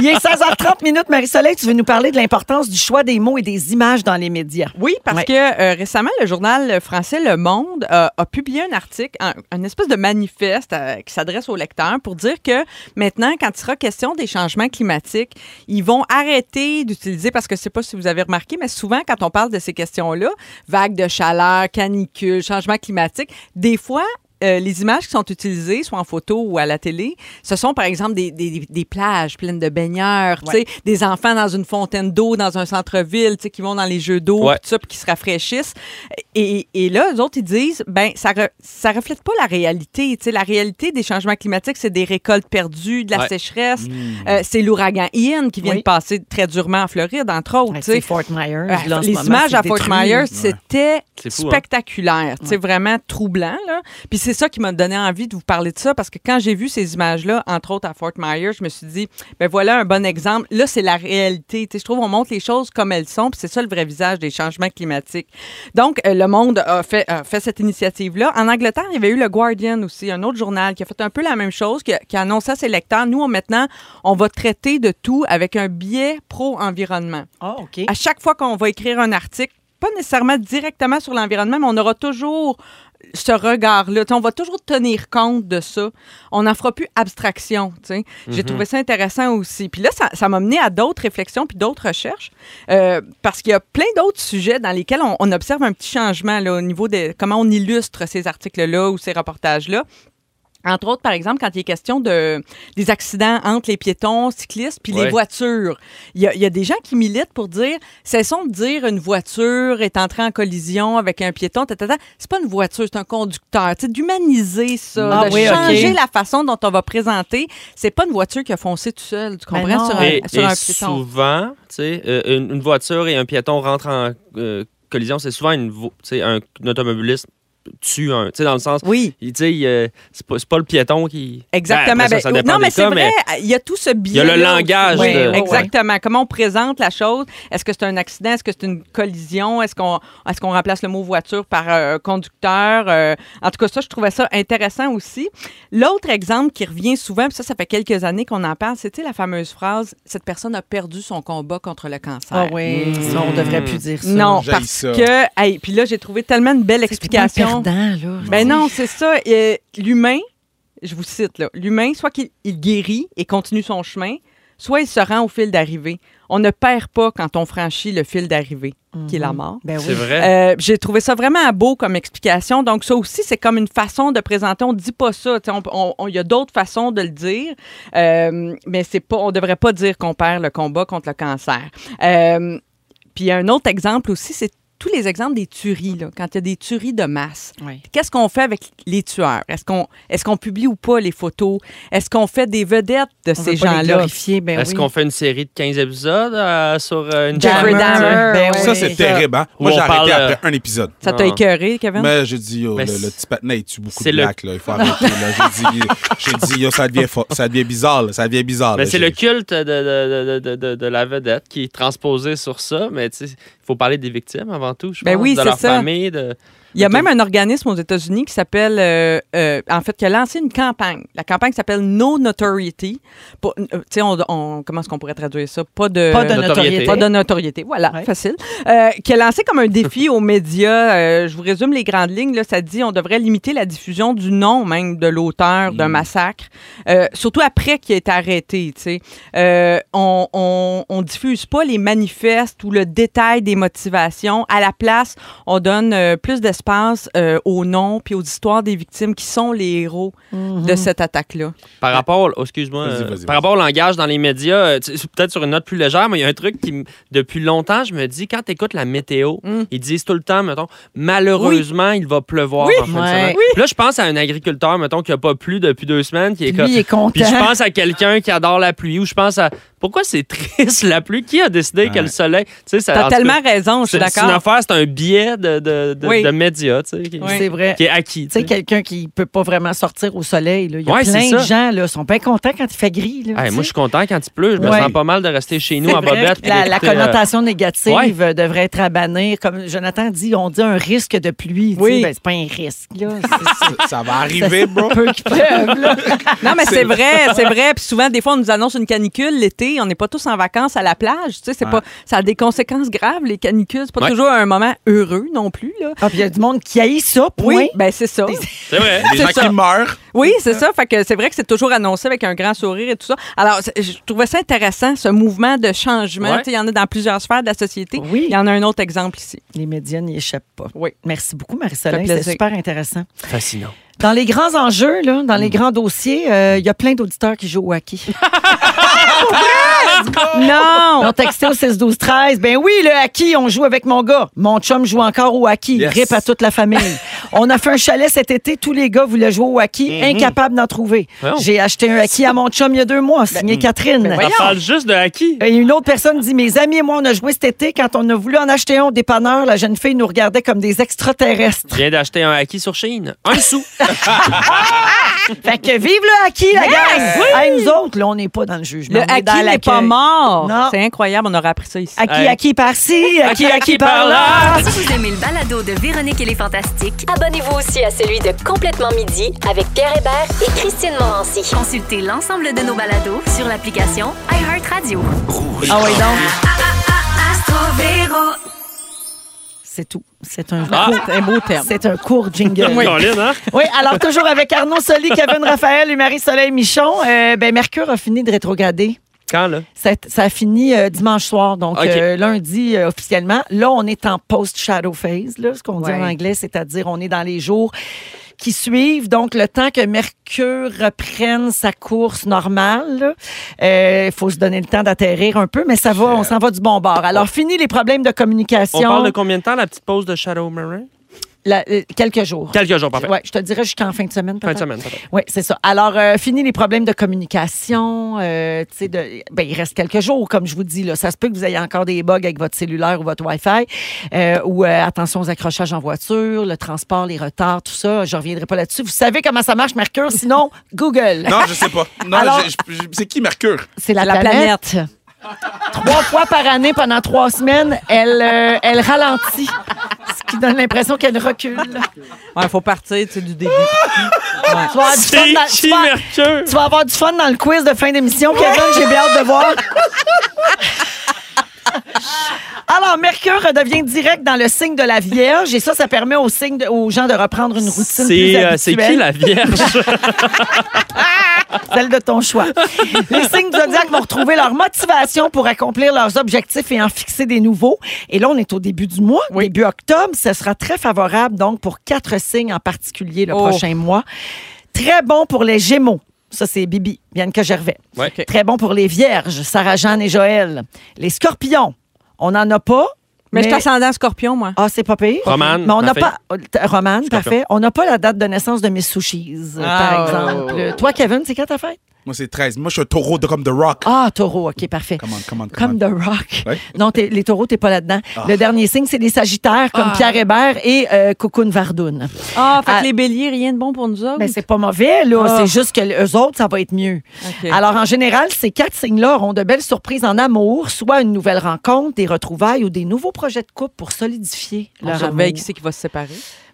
Il est 16h30 minutes. Marie-Soleil, tu veux nous parler de l'importance du choix des mots et des images dans les médias.
Oui, parce
Ouais.
que euh, récemment, le journal français Le Monde euh, a publié un article, un, un espèce de manifeste euh, qui s'adresse aux lecteurs pour dire que maintenant, quand il sera question des changements climatiques, ils vont arrêter d'utiliser, parce que je ne sais pas si vous avez remarqué, mais souvent, quand on parle de ces questions-là, vagues de chaleur, canicule, changement climatique, des fois, euh, les images qui sont utilisées, soit en photo ou à la télé, ce sont par exemple des, des- des plages pleines de baigneurs, tu sais, des enfants dans une fontaine d'eau, dans un centre-ville, tu sais, qui vont dans les jeux d'eau,
Ouais.
puis tout ça, puis qui se rafraîchissent. Et, et là, eux autres, ils disent, ben ça re- ça reflète pas la réalité. Tu sais, la réalité des changements climatiques, c'est des récoltes perdues, de la
Ouais. Hmm.
sécheresse. Euh, c'est l'ouragan Ian qui vient
Oui.
de passer très durement en Floride, entre autres.
Ouais,
tu sais.
c'est Fort Myers.
Euh,
là, en ce
les
moment,
images
c'est
à Fort
détruit.
Myers, c'était
C'est fou, hein?
spectaculaire, tu sais, vraiment troublant. Là. Puis c'est ça qui m'a donné envie de vous parler de ça, parce que quand j'ai vu ces images-là, entre autres à Fort Myers, je me suis dit, ben voilà un bon exemple. Là, c'est la réalité. Tu sais, je trouve on montre les choses comme elles sont, puis c'est ça le vrai visage des changements climatiques. Donc, euh, le monde a fait, a fait cette initiative-là. En Angleterre, il y avait eu le Guardian aussi, un autre journal qui a fait un peu la même chose, qui, a- qui a annoncé à ses lecteurs, nous, on- maintenant, on va traiter de tout avec un biais pro-environnement.
Ah, OK.
À chaque fois qu'on va écrire un article, pas nécessairement directement sur l'environnement, mais on aura toujours ce regard-là. Tu sais, On va toujours tenir compte de ça. On n'en fera plus abstraction. tu sais. J'ai trouvé ça intéressant aussi. Puis là, ça ça m'a mené à d'autres réflexions puis d'autres recherches euh, parce qu'il y a plein d'autres sujets dans lesquels on, on observe un petit changement là, au niveau de comment on illustre ces articles-là ou ces reportages-là. Entre autres, par exemple, quand il est question de, des accidents entre les piétons, cyclistes, puis
Ouais.
les voitures. Il y, a, il y a des gens qui militent pour dire, cessons de dire une voiture est entrée en collision avec un piéton, tatata. C'est pas une voiture, c'est un conducteur. Tu sais, d'humaniser ça,
Ah
de
oui, ok.
changer la façon dont on va présenter. C'est pas une voiture qui a foncé tout seul, tu
Ben
comprends,
non.
sur un,
Et,
sur
et
un piéton.
souvent, tu sais, euh, une, une voiture et un piéton rentrent en euh, collision. C'est souvent une, vo- tu sais, un, un automobiliste tue un. Tu sais, dans le sens,
Oui.
il, tu sais, il, euh, c'est pas, c'est pas le piéton qui.
Exactement.
Ben, après, ça, ça
Ben,
dépend
non, mais
des
c'est
cas,
vrai, il y a tout ce biais.
le langage
de- Ouais, ouais.
Exactement. Comment on présente la chose? Est-ce que c'est un accident? Est-ce que c'est une collision? Est-ce qu'on est qu'on remplace le mot voiture par euh, conducteur? Euh, en tout cas, ça, je trouvais ça intéressant aussi. L'autre exemple qui revient souvent, puis ça, ça fait quelques années qu'on en parle, c'était la fameuse phrase Cette personne a perdu son combat contre le cancer.
Ah oui, ça, on devrait plus dire ça.
Non,
J'haïs
parce
ça.
que. hey, puis là, j'ai trouvé tellement une belle
c'est pas un
explication.
perdant, là.
Ben non, c'est ça. Euh, L'humain, je vous cite, là, l'humain, soit qu'il il guérit et continue son chemin, soit il se rend au fil d'arrivée. On ne perd pas quand on franchit le fil d'arrivée, qui est la mort.
Ben
C'est
oui.
vrai.
Euh, J'ai trouvé ça vraiment beau comme explication. Donc, ça aussi, c'est comme une façon de présenter. On ne dit pas ça. Tu sais, on- on- on- Il y a d'autres façons de le dire, Euh, mais c'est pas, on ne devrait pas dire qu'on perd le combat contre le cancer. Euh, Puis, il y a un autre exemple aussi, c'est tous les exemples des tueries, là, quand il y a des tueries de masse.
Oui.
Qu'est-ce qu'on fait avec les tueurs? Est-ce qu'on est qu'on publie ou pas les photos? Est-ce qu'on fait des vedettes de
On veut
ces
pas les
gens-là?
glorifier, ben
Est-ce
oui.
qu'on fait une série de 15 épisodes euh, sur euh, une
Jeffrey
chaîne?
Dahmer.
Ben
Ça,
oui.
c'est terrible, hein? Moi,
Où on
j'ai arrêté
parle,
après un épisode.
Ça t'a
Ah.
écœuré, Kevin?
Mais j'ai dit, yo,
Mais
le,
c'est-
le petit patin, il tue beaucoup
c'est
de
le-
blacks, là. Il faut arrêter, là. J'ai dit, j'ai dit, yo, ça devient, fo- ça devient bizarre, là. Ça devient bizarre.
Mais
là.
c'est
Ah, ben, J'ai-
le culte de, de- de- de- de- de la vedette qui est transposé sur ça. Mais tu sais, il faut parler des victimes avant tout, je
Ben
pense,
oui,
de
c'est
leur
ça.
famille. De...
Il y a
Mais
même un organisme aux États-Unis qui s'appelle, euh, euh, en fait, qui a lancé une campagne. La campagne s'appelle No Notoriety. Pour- euh, tu sais, on, on- comment est-ce qu'on pourrait traduire ça? Pas de,
Pas de
Notoriété.
notoriété.
pas de notoriété. Voilà,
Ouais.
facile. Euh, qui a lancé comme un défi aux médias. euh, je vous résume les grandes lignes. Là, ça dit on devrait limiter la diffusion du nom même de l'auteur
Mm.
d'un massacre, euh, surtout après qu'il ait été arrêté. tu sais. Euh, on, on, on diffuse pas les manifestes ou le détail des motivations. À la place, on donne euh, plus d'espace euh, aux noms puis aux histoires des victimes qui sont les héros
Mm-hmm.
de cette attaque-là.
Par rapport, au- oh, excuse-moi,
Vas-y,
euh,
vas-y, vas-y.
par rapport au langage dans les médias, euh, tu- c'est peut-être sur une note plus légère, mais il y a un truc qui, m- depuis longtemps, je me dis, quand tu écoutes la météo,
Mm.
ils disent tout le temps, mettons, malheureusement, il va pleuvoir
Oui.
en fin de
Ouais.
semaine. Puis Là, je pense à un agriculteur, mettons, qui n'a pas plu depuis deux semaines, qui est
Lui,
comme.
il est content.
Puis je pense à quelqu'un qui adore la pluie, ou je pense à. Pourquoi c'est triste la pluie? Qui a décidé que le soleil. Tu sais, ça- en
T'as
tout cas,
tellement raison, je suis
c'est c'est une
d'accord.
affaire, c'est un biais de, de, de,
Oui.
de médias, tu sais, qui,
Oui.
C'est vrai.
qui est acquis. tu
Tu sais,
sais.
quelqu'un qui peut pas vraiment sortir au soleil, là. il y a
Ouais, c'est
plein
ça.
de gens, là, sont bien contents quand il fait gris. Là,
Hey,
tu
moi, je
sais.
suis content quand il pleut. Je me
Ouais.
sens pas mal de rester chez nous
C'est
en
vrai
bobette.
que La,
puis
la
d'écouter, euh,
connotation négative
ouais.
euh, devrait être à bannir. Comme Jonathan dit, on dit un risque de pluie. tu sais.
Oui.
Ben, c'est pas un risque. Là.
Ça- Ça va arriver, bro.
Peu qui pleuvent, là.
Non, mais c'est vrai, c'est vrai. Puis souvent, des fois, on nous annonce une canicule l'été, on n'est pas tous en vacances à la plage. Tu sais, c'est
Ouais.
pas, ça a des conséquences graves, les canicules. C'est pas
Ouais.
toujours un moment heureux non plus, là.
Ah, puis il y a du monde qui haït ça, point.
ben c'est ça.
C'est vrai.
Les gens
C'est ça.
qui meurent.
Oui, c'est ça. Fait que c'est vrai que c'est toujours annoncé avec un grand sourire et tout ça. Alors, c'est- je trouvais ça intéressant, ce mouvement de changement.
Ouais.
Tu sais, Il y en a dans plusieurs sphères de la société.
Oui.
Il y en a un autre exemple ici.
Les médias n'y échappent pas.
Oui.
Merci beaucoup,
Fait
Marie-Soleil.
plaisir.
C'était super intéressant.
Fascinant.
Dans les grands enjeux, là, dans les grands dossiers, euh, il y a plein d'auditeurs qui jouent au hockey.
Non!
Ils ont texté au 6 12 13 Ben oui, le hockey, on joue avec mon gars. Mon chum joue encore au hockey.
Yes.
Rip à toute la famille. on a fait un chalet cet été. Tous les gars voulaient jouer au hockey. Incapables d'en trouver.
Voyons.
J'ai acheté un hockey à mon chum il y a deux mois, signé Catherine.
Ça parle juste de acquis.
Et une autre personne dit Mes amis et moi, on a joué cet été. Quand on a voulu en acheter un au dépanneur, la jeune fille nous regardait comme des extraterrestres.
Je viens d'acheter un acquis sur Chine. Un sou.
Fait que vive le hockey, la gang! Hey, nous autres, là, on n'est pas dans le jugement.
Le
On est dans
acquis n'est pas
l'accueil.
mort.
Non.
C'est incroyable, on aurait appris ça ici.
Acquis, acquis par-ci, acquis, acquis par-là.
Si vous aimez le balado de Véronique et les Fantastiques,
Abonnez-vous aussi à celui de Complètement Midi avec Pierre Hébert et Christine Morancy.
consultez l'ensemble de nos balados sur l'application iHeartRadio. ah,
Ah oui, donc. C'est tout. C'est un, court-
Un beau terme.
c'est un court jingle.
Oui. Colin, hein?
Oui, alors toujours avec Arnaud Soli, Kevin Raphaël et Marie-Soleil Michon. Euh, ben, Mercure a fini de rétrograder.
Quand, là?
Ça, ça a fini euh, dimanche soir, donc
OK.
euh, lundi euh, officiellement. Là, on est en post-shadow phase, là, ce qu'on dit
Ouais.
en anglais, c'est-à-dire on est dans les jours qui suivent. Donc, le temps que Mercure reprenne sa course normale, il faut se donner le temps d'atterrir un peu, mais ça va, on s'en va du bon bord. Alors, fini les problèmes de communication.
On parle de combien de temps, la petite pause de Shadow Marin?
La- euh, quelques jours.
Quelques jours, parfait.
Ouais, je te dirais jusqu'en fin de semaine,
Fin
peut-être.
de semaine, peut-être.
Oui, c'est ça. Alors, euh, fini les problèmes de communication. euh, tu sais, de, ben, il reste quelques jours, comme je vous dis. Là. Ça se peut que vous ayez encore des bugs avec votre cellulaire ou votre Wi-Fi. euh, ou euh, attention aux accrochages en voiture, le transport, les retards, tout ça. Je reviendrai pas là-dessus. Vous savez comment ça marche, Mercure? Sinon, Google.
Non, je sais pas. Non,
Alors-
je- je- je- c'est qui Mercure?
C'est la,
La
planète.
planète.
Trois fois par année, pendant trois semaines, elle, euh, elle ralentit. Ce qui donne l'impression qu'elle recule. Ah.
Il faut partir tu sais, du début.
Tu vas avoir du fun dans- tu
qui,
vas-
Mercure?
Tu vas avoir du fun dans le quiz de fin d'émission, Kevin. J'ai bien hâte de voir. Alors, Mercure redevient direct dans le signe de la Vierge et ça, ça permet aux, signes de- aux gens de reprendre une routine plus
C'est euh, c'est
habituelle,
qui la Vierge?
celle de ton choix. Les signes du zodiaque vont retrouver leur motivation pour accomplir leurs objectifs et en fixer des nouveaux. Et là, on est au début du mois, début octobre. Ce sera très favorable, donc, pour quatre signes en particulier le
Oh.
prochain mois. Très bon pour les Gémeaux. Ça, c'est Bibi, Bianca Gervais.
Ouais.
Très bon pour les Vierges, Sarah-Jeanne et Joël. Les Scorpions, on n'en a pas.
Mais, je suis ascendant scorpion, moi.
Ah, c'est pas pire.
Romane,
Mais on n'a pas.
parfait.
Romane,
Scorpion.
parfait. On n'a pas la date de naissance de mes sushis, euh, par
Ah,
exemple. Toi, Kevin, c'est quand ta fête?
Moi, c'est 13. Moi, je suis un taureau de, comme The Rock.
Ah, taureau, OK, parfait.
Come on, come on, come
Comme
on.
The Rock.
Ouais. Ah.
Non, t'es- les taureaux, t'es pas là-dedans. Le dernier signe, c'est les sagittaires, comme Pierre Hébert et euh, Cocoon Vardoun.
Ah, fait
Ah.
que les béliers, rien de bon pour nous autres.
Mais c'est pas mauvais, là.
Oh. Ah.
C'est juste que eux autres, ça va être mieux.
OK.
Alors, en général, ces quatre signes-là auront de belles surprises en amour, soit une nouvelle rencontre, des retrouvailles ou des nouveaux projets de couple pour solidifier
on
leur
surveille
amour.
qui c'est qui va se séparer.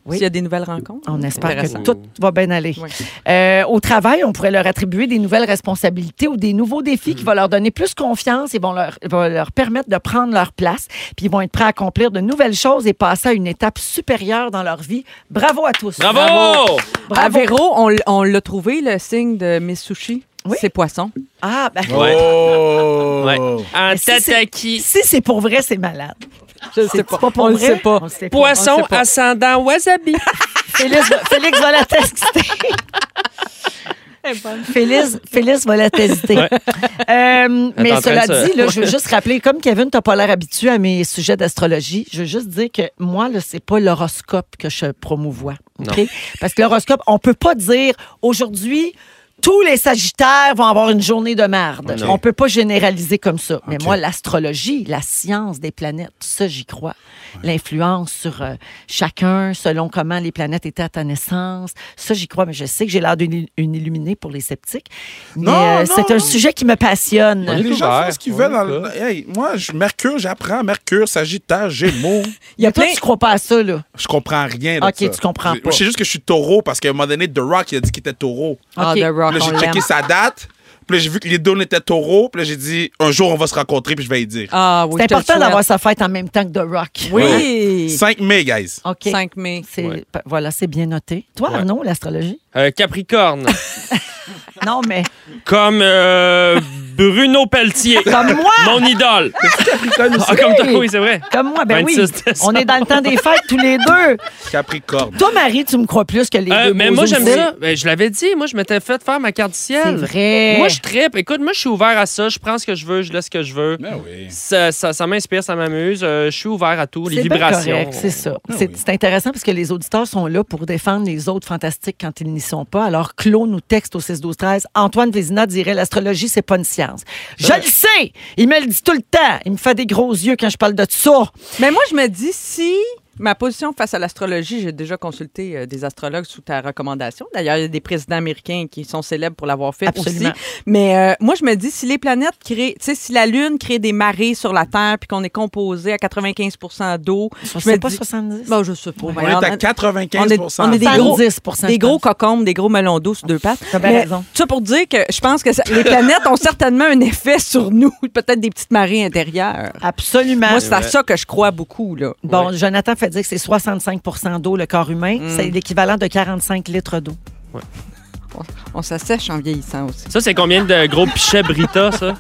Oui.
S'il y a des nouvelles rencontres.
On espère que
Intéressant.
tout va bien aller.
Oui.
Euh, au travail, on pourrait leur attribuer des nouvelles responsabilités ou des nouveaux défis qui vont leur donner plus confiance et vont leur, vont leur permettre de prendre leur place. Puis ils vont être prêts à accomplir de nouvelles choses et passer à une étape supérieure dans leur vie. Bravo à tous.
Bravo!
À
Bravo.
Véro, on, l- on l'a trouvé, le signe de Miss Sushi.
Oui.
C'est poisson.
Ah, ben,
Ouais.
Oh!
Ouais. En
Mais si c'est-
tataki.
si c'est pour vrai, c'est malade.
Je sais
C'est pas pour
on le
vrai?
sait pas.
On le sait pas.
on
Poisson
le sait pas.
ascendant wasabi.
Félix, va- Félix va la tester. Félix, Félix va la tester. Euh,
Elle est
mais
en train
cela
de se-
dit, là, je veux juste rappeler, comme Kevin, tu pas l'air habitué à mes sujets d'astrologie, je veux juste dire que moi, là, c'est pas l'horoscope que je promouvois. OK? Parce que l'horoscope, on peut pas dire aujourd'hui. Tous les Sagittaires vont avoir une journée de merde.
OK.
On peut pas généraliser comme ça. Mais
OK.
moi, l'astrologie, la science des planètes, ça, j'y crois. L'influence sur euh, chacun, selon comment les planètes étaient à ta naissance, ça, j'y crois. Mais je sais que j'ai l'air d'une il- une illuminée pour les sceptiques. Mais
Non,
euh,
non,
c'est un
non.
sujet qui me passionne.
On est
Les gens
ouvert.
font ce qu'ils
On
veulent.
est
Dans le- Hey, moi, je... Mercure, j'apprends. Mercure, Sagittaire, Gémeaux.
Il y a plein. Toi, tu crois pas à ça, là.
Je comprends rien. de
Ok,
ça.
tu comprends
Je-
pas.
Je sais juste que je suis taureau parce qu'à un moment donné, The Rock, il a dit qu'il était taureau.
Ah,
OK.
The Rock,
Puis là,
on
j'ai
l'aime.
checké sa date. Puis là, j'ai vu que les deux, on était taureau. Puis là, j'ai dit, un jour, on va se rencontrer. Puis je vais y dire.
Ah, oui,
C'est
je te le
important
souhaite.
d'avoir sa fête en même temps que The Rock.
Oui.
5 mai, guys.
OK.
5 mai.
C'est-
Ouais.
pa- Voilà, c'est bien noté. Toi,
Ouais.
Arnaud, l'astrologie?
Euh, Capricorne.
Non, mais
Comme euh, b- Bruno Pelletier.
Comme moi!
Mon idole.
Capricorne
Ah, comme toi, oui, c'est vrai.
Comme moi, ben oui.
26 décembre.
On est dans le temps des fêtes tous les deux.
Capricorne.
Toi, Marie, tu me crois plus que les
Euh,
deux.
mais
beaux
moi, j'aime
aussi.
ça. Ben, je l'avais dit. Moi, je m'étais fait faire ma carte du ciel.
C'est vrai.
Moi, je trippe. Écoute, moi, je suis ouvert à ça. Je prends ce que je veux, je laisse ce que je veux.
Ben oui.
Ça, ça, ça m'inspire, ça m'amuse. Euh, je suis ouvert à tout. Les
C'est bien
vibrations. Ah
correct, C'est ça. C'est c'est intéressant parce que les auditeurs sont là pour défendre les autres fantastiques quand ils n'y sont pas. Alors, Claude nous texte au 6-12-13. Antoine Vézina dirait l'astrologie, c'est pas une science. Je le sais! Il me le dit tout le temps. Il me fait des gros yeux quand je parle de ça.
Mais moi, je me dis si ma position face à l'astrologie, j'ai déjà consulté euh, des astrologues sous ta recommandation. D'ailleurs, il y a des présidents américains qui sont célèbres pour l'avoir fait
Absolument.
aussi. Mais euh, moi, je me dis si les planètes créent, tu sais, si la Lune crée des marées sur la Terre puis qu'on est composé à 95 d'eau, je me
C'est pas
dis-
70?
Bon, je sais pas.
On
Ben,
est à
on
95
est- on est des gros,
70
des
je
gros
pense.
cocombes, des gros melons d'eau sur deux pattes.
T'as bien
Mais
raison.
Ça pour dire que je pense que ça- les planètes ont certainement un effet sur nous, peut-être des petites marées intérieures.
Absolument.
Moi, c'est à ça que je crois beaucoup. Là.
Bon, Jonathan fait dire que c'est 65 d'eau le corps humain. C'est l'équivalent de 45 litres d'eau.
On s'assèche en vieillissant aussi.
Ça, c'est combien de gros pichets Brita, ça?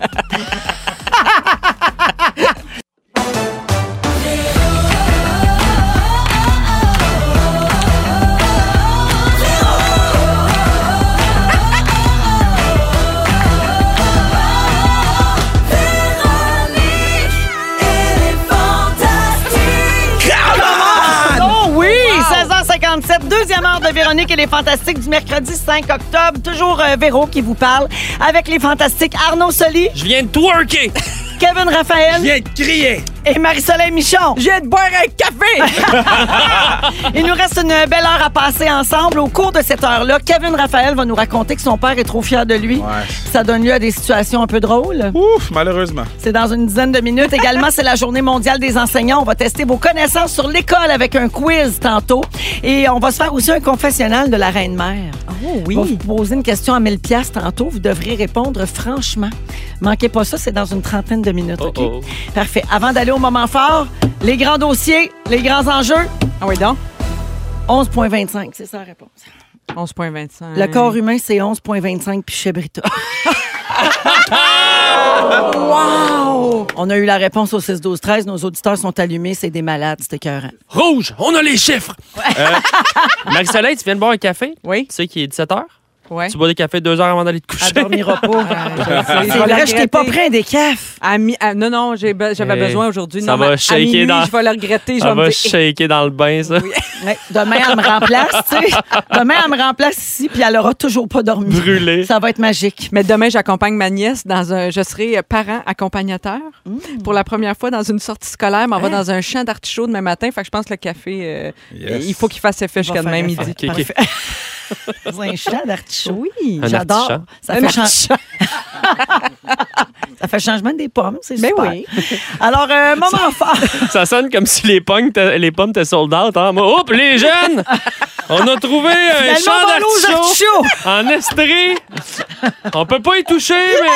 Oh oui! 16h57, deuxième heure de Véronique et les Fantastiques du mercredi 5 octobre. Toujours euh, Véro qui vous parle avec les Fantastiques Arnaud Soli,
Je viens de twerker.
Kevin Raphaël
Viens crier.
et Marie-Soleil Michon.
Je viens de boire un café!
Il nous reste une belle heure à passer ensemble. Au cours de cette heure-là, Kevin Raphaël va nous raconter que son père est trop fier de lui. Ça donne lieu à des situations un peu drôles.
Ouf, malheureusement.
C'est dans une dizaine de minutes. Également, c'est la journée mondiale des enseignants. On va tester vos connaissances sur l'école avec un quiz tantôt. Et on va se faire aussi un confessionnal de la Reine-Mère.
Oh
On va vous poser une question à 1000 pièces tantôt. Vous devrez répondre franchement. Manquez pas ça, c'est dans une trentaine de minutes.
Oh,
OK?
oh.
Parfait. Avant d'aller au moment fort, les grands dossiers, les grands enjeux,
Ah oui, donc,
11,25. C'est ça la réponse.
11,25.
Le corps humain, c'est 11,25 puis chez Brita. wow! On a eu la réponse au 6-12-13. Nos auditeurs sont allumés. C'est des malades, c'est écœurant.
Rouge, on a les chiffres. Euh, Marie-Soleil, tu viens de boire un café?
Oui,
Tu sais qu'il est 17 h?
oui.
Tu bois des cafés deux heures avant d'aller te coucher.
Elle dormira pas.
Ah, je
C'est
vais
vrai, je t'ai pas
regretter.
pris des cafés.
À mi- à- non, non, j'ai be- j'avais
Hey,
besoin aujourd'hui.
ça
Non,
va
mais à
shaker
minuit,
dans-
Je vais le regretter. Je
Ça
vais me
va
dire, eh,
shaker dans le bain, ça.
Ouais, demain, elle me remplace, tu sais. Demain, elle me remplace ici, puis elle aura toujours pas dormi.
Brûlé.
Ça va être magique.
Mais demain, j'accompagne ma nièce dans un. Je serai euh, parent accompagnateur pour la première fois dans une sortie scolaire. mais on va dans un champ d'artichaut demain matin. Fait que je pense que le café, euh,
Yes.
il faut qu'il fasse effet
va
jusqu'à demain
faire
midi.
effet.
Ok, ok.
C'est un chat d'artichaut.
Oui.
Un
J'adore.
artichaut.
Ça fait, chan- ça fait changement des pommes, c'est
Ben
super.
oui.
Alors, euh, moment fort.
Ça sonne comme si les, pommes étaient- les pommes étaient sold out. Hein? Moi, Oups, les jeunes! On a trouvé un
Finalement,
champ
on va aller aux
d'artichaut
artichauts.
en Estrie. On peut pas y toucher, mais...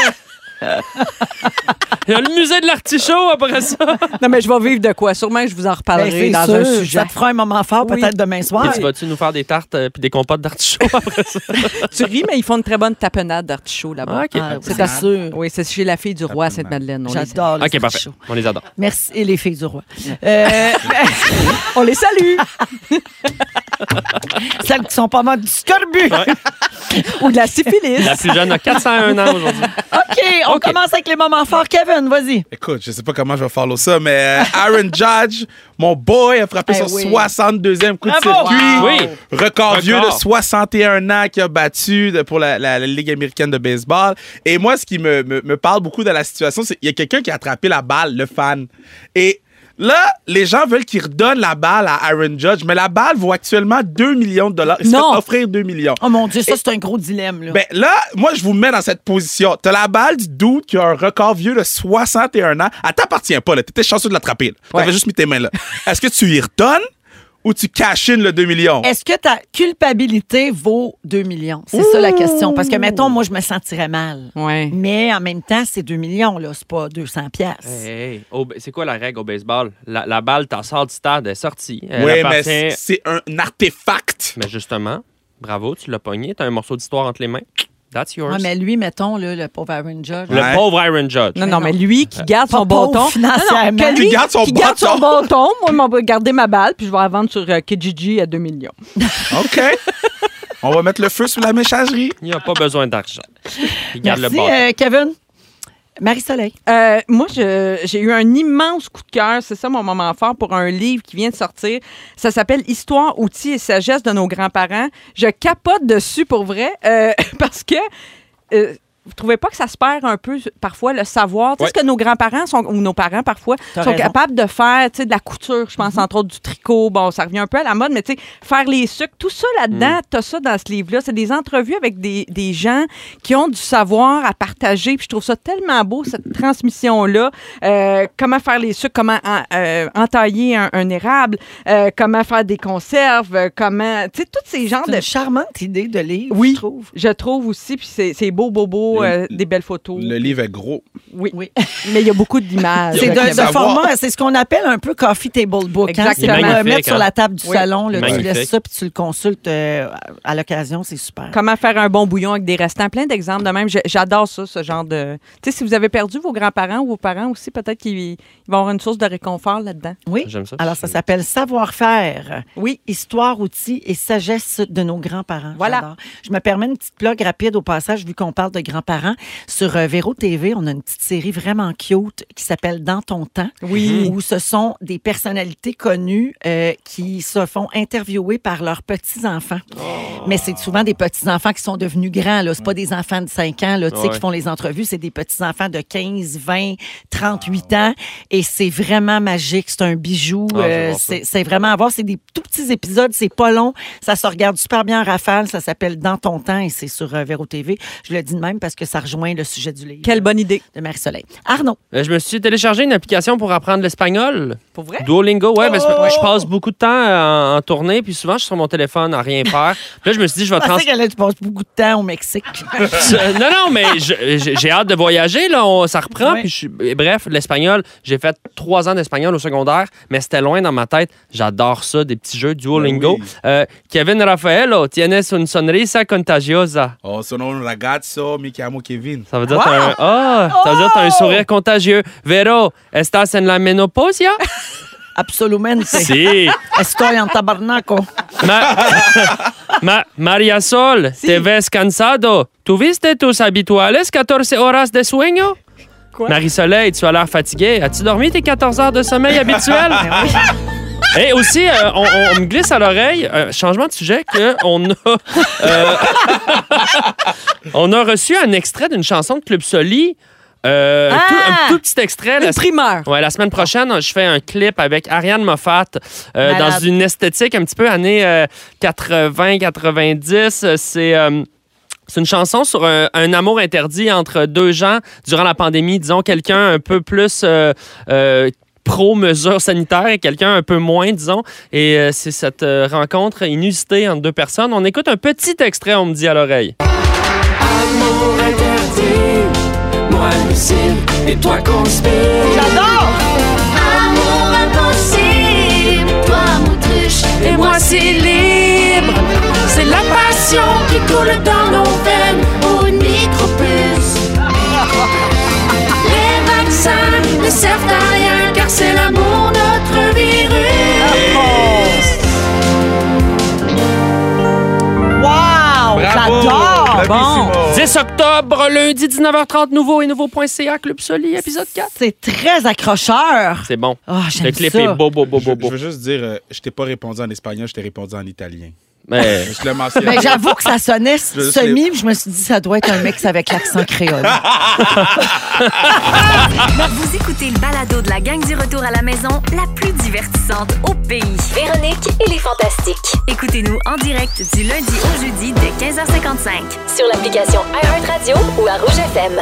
Il y a le musée de l'artichaut après ça.
Non, mais je vais vivre de quoi? Sûrement que je vous en
Ben,
reparlerai
c'est
dans
sûr,
un sujet.
Ça te fera un moment fort
Oui.
peut-être demain soir.
Et tu vas-tu nous faire des tartes et des compotes d'artichaut après ça?
Tu ris, mais ils font une très bonne tapenade d'artichaut là-bas.
OK.
Ah,
C'est
c'est
à-
sûr.
Oui, c'est chez la fille du roi à Sainte-Madeleine. On, les-
J'adore les
OK, parfait.
artichauts.
On les adore.
Merci. Et les filles du roi. Euh,
on les salue!
celles qui sont pas mortes du scorbut.
Ou de la syphilis.
La plus jeune a 401 ans aujourd'hui.
OK, on commence avec les moments forts. Kevin, vas-y.
Écoute, je sais pas comment je vais follow ça, mais euh, Aaron Judge, mon boy, a frappé
Eh
son
oui.
62e coup de
Bravo.
circuit.
Oui.
Record,
Record.
vieux de 61 ans qui a battu de- pour la, la- la Ligue américaine de baseball. Et moi, ce qui me, me- me parle beaucoup de la situation, c'est qu'il y a quelqu'un qui a attrapé la balle, le fan. Et là, les gens veulent qu'il redonne la balle à Aaron Judge, mais la balle vaut actuellement 2 millions de dollars. Il se fait
Non.
offrir 2 millions.
Oh mon Dieu, ça, c'est un gros dilemme. Là.
Ben là, moi, je vous mets dans cette position. T'as la balle du doute qui a un record vieux de 61 ans. Elle t'appartient pas, là. T'étais chanceux de l'attraper. là. T'avais juste mis tes mains là. Est-ce que tu y retournes ou tu cash in le 2 millions?
Est-ce que ta culpabilité vaut 2 millions? C'est ça la question. Parce que, mettons, moi, je me sentirais mal.
Ouais.
Mais en même temps, c'est 2 millions, là. C'est pas 200 pièces.
Hey, hey, au- c'est quoi la règle au baseball? La, la balle, t'en sors du stade, elle est sortie. Elle
oui, mais
appartient-
c'est c'est un artefact.
Mais justement, bravo, tu l'as pogné. T'as un morceau d'histoire entre les mains. That's yours.
Ouais, mais lui, mettons, là, le pauvre Aaron Judge.
Le
Ouais.
pauvre Iron Judge.
Non, non, mais lui qui garde son
pauvre
bâton. Non, non,
financièrement.
que lui,
Qui garde son
qui garde son
bâton.
bâton. Moi, je m'en vais garder ma balle, puis je vais la vendre sur euh, Kijiji à 2 millions.
OK. On va mettre le feu sur la méchagerie.
Il n'y a pas besoin d'argent. Il garde
Merci,
le bâton.
euh, Kevin. Marie-Soleil.
Euh, moi, je- j'ai eu un immense coup de cœur, c'est ça mon moment fort, pour un livre qui vient de sortir. Ça s'appelle Histoire, outils et sagesse de nos grands-parents. Je capote dessus pour vrai euh, parce que. euh, vous trouvez pas que ça se perd un peu parfois le savoir, Tu sais,
Ouais.
ce que nos grands-parents sont ou nos parents parfois
T'as
sont
raison.
capables de faire, tu sais, de la couture, je pense entre autres du tricot, bon, ça revient un peu à la mode, mais tu sais, faire les sucres, tout ça là-dedans, t'as ça dans ce livre-là, c'est des entrevues avec des, des gens qui ont du savoir à partager, puis je trouve ça tellement beau cette transmission-là, Euh, comment faire les sucres, comment en- euh, entailler un, un érable, euh, comment faire des conserves, euh, comment, tu sais, tous ces genres
C'est
de
une charmante idée de livre,
Oui.
je trouve.
je trouve aussi, puis c'est c'est beau, beau, beau,
Le-
euh, des belles photos.
Le livre est gros.
Oui.
Oui.
Mais il y a beaucoup d'images.
C'est
Il y a
d'un-
rien
de
à voir.
format, c'est ce qu'on appelle un peu coffee table book. hein. C'est
Exactement.
pour le
Magnifique,
mettre sur
hein.
la table du
Oui.
salon, là, tu
Magnifique.
laisses ça puis tu le consultes euh, à à l'occasion, c'est super.
Comment faire un bon bouillon avec des restants. Plein d'exemples de même. J'ai- J'adore ça, ce genre de. Tu sais, si vous avez perdu vos grands-parents ou vos parents aussi, peut-être qu'ils ils vont avoir une source de réconfort là-dedans.
Oui.
J'aime ça.
Alors ça s'appelle savoir-faire.
Oui.
Histoire, outils et sagesse de nos grands-parents.
Voilà.
J'adore. Je me permets une petite plug rapide au passage, vu qu'on parle de grands-parents. Sur euh, Véro TV, on a une petite série vraiment cute qui s'appelle Dans ton temps.
Oui.
Où ce sont des personnalités connues euh, qui se font interviewer par leurs petits-enfants.
Oh.
Mais c'est souvent des petits-enfants qui sont devenus grands. Ce pas des enfants de 5 ans là, tu sais,
Ouais.
qui font les entrevues, c'est des petits-enfants de 15, 20, 38 ans. Et c'est vraiment magique. C'est un bijou.
Ah, je vais
Euh,
voir ça.
c'est c'est vraiment à voir. C'est des tout petits épisodes. C'est pas long. Ça se regarde super bien en rafale. Ça s'appelle Dans ton temps et c'est sur euh, Véro TV. Je le dis de même parce que ça rejoint le sujet du livre
Quelle bonne idée.
de Marie-Soleil. Arnaud.
Euh, Je me suis téléchargé une application pour apprendre l'espagnol.
Pour vrai?
Duolingo, ouais, parce que
Oh!
je passe beaucoup de temps euh, en, en tournée, puis souvent je suis sur mon téléphone à rien faire. Puis là, je me suis dit, je vais
Je
trans.
pensais qu'elle allait- tu passes beaucoup de temps au Mexique.
Je- Euh, non, non, mais je- j'ai j'ai hâte de voyager, là, on- ça reprend.
Oui.
puis je suis- et bref, l'espagnol, j'ai fait trois ans d'espagnol au secondaire, mais c'était loin dans ma tête. J'adore ça, des petits jeux Duolingo.
Ben oui.
Euh, Kevin Raffaello, tienes une sonrisa contagiosa.
Oh, sono un ragazzo, mi chiamo Kevin.
Ça veut dire t'as un ah, ça veut dire t'as un
Oh!
sourire contagieux. Vero, estás en la menopausia?
Absolument. c'est-
si.
Estoy en oh. tabarnaco.
Ma- Ma- Maria Sol, te ves cansado. ¿Tuviste tus habituales 14 horas de sueño? Marie-Soleil, tu as l'air fatiguée. As-tu dormi tes 14 heures de sommeil habituelles? Et aussi, euh, on, on- on me glisse à l'oreille, euh, changement de sujet, qu'on a, euh, on a reçu un extrait d'une chanson de Club Soli. euh, un tout- un tout petit extrait. la
Une primeur.
Ouais, la semaine prochaine, je fais un clip avec Ariane Moffat euh,
Malade.
dans une esthétique un petit peu années 80-90. C'est euh, c'est une chanson sur un, un amour interdit entre deux gens durant la pandémie. Disons quelqu'un un peu plus euh, euh, pro-mesures sanitaires et quelqu'un un peu moins, disons. Et euh, c'est cette euh, rencontre inusitée entre deux personnes. On écoute un petit extrait, on me dit à l'oreille.
Amour impossible, toi m'autruche et moi c'est libre. C'est la passion qui coule dans nos veines, au micropuce. Les vaccins ne servent à rien car c'est l'amour notre
Oh,
virus.
Wow!
Bravo!
J'adore!
Bravissimo.
10 octobre, lundi 19h30, nouveau et nouveau.ca, Club Soli, épisode 4.
C'est très accrocheur.
C'est bon.
Ah, j'aime
Le clip
ça.
est beau, beau, beau,
Je,
beau,
je
beau.
veux juste dire, euh, je t'ai pas répondu en espagnol, je t'ai répondu en italien.
Mais
Je le mentionne.
Ben, j'avoue que ça sonnait
Je
semi, puis je me suis dit, ça doit être un mix avec l'accent créole.
Vous écoutez le balado de la gang du retour à la maison, la plus divertissante au pays.
Véronique et les Fantastiques.
Écoutez-nous en direct du lundi au jeudi dès 15h55.
Sur l'application iHeartRadio ou à Rouge FM.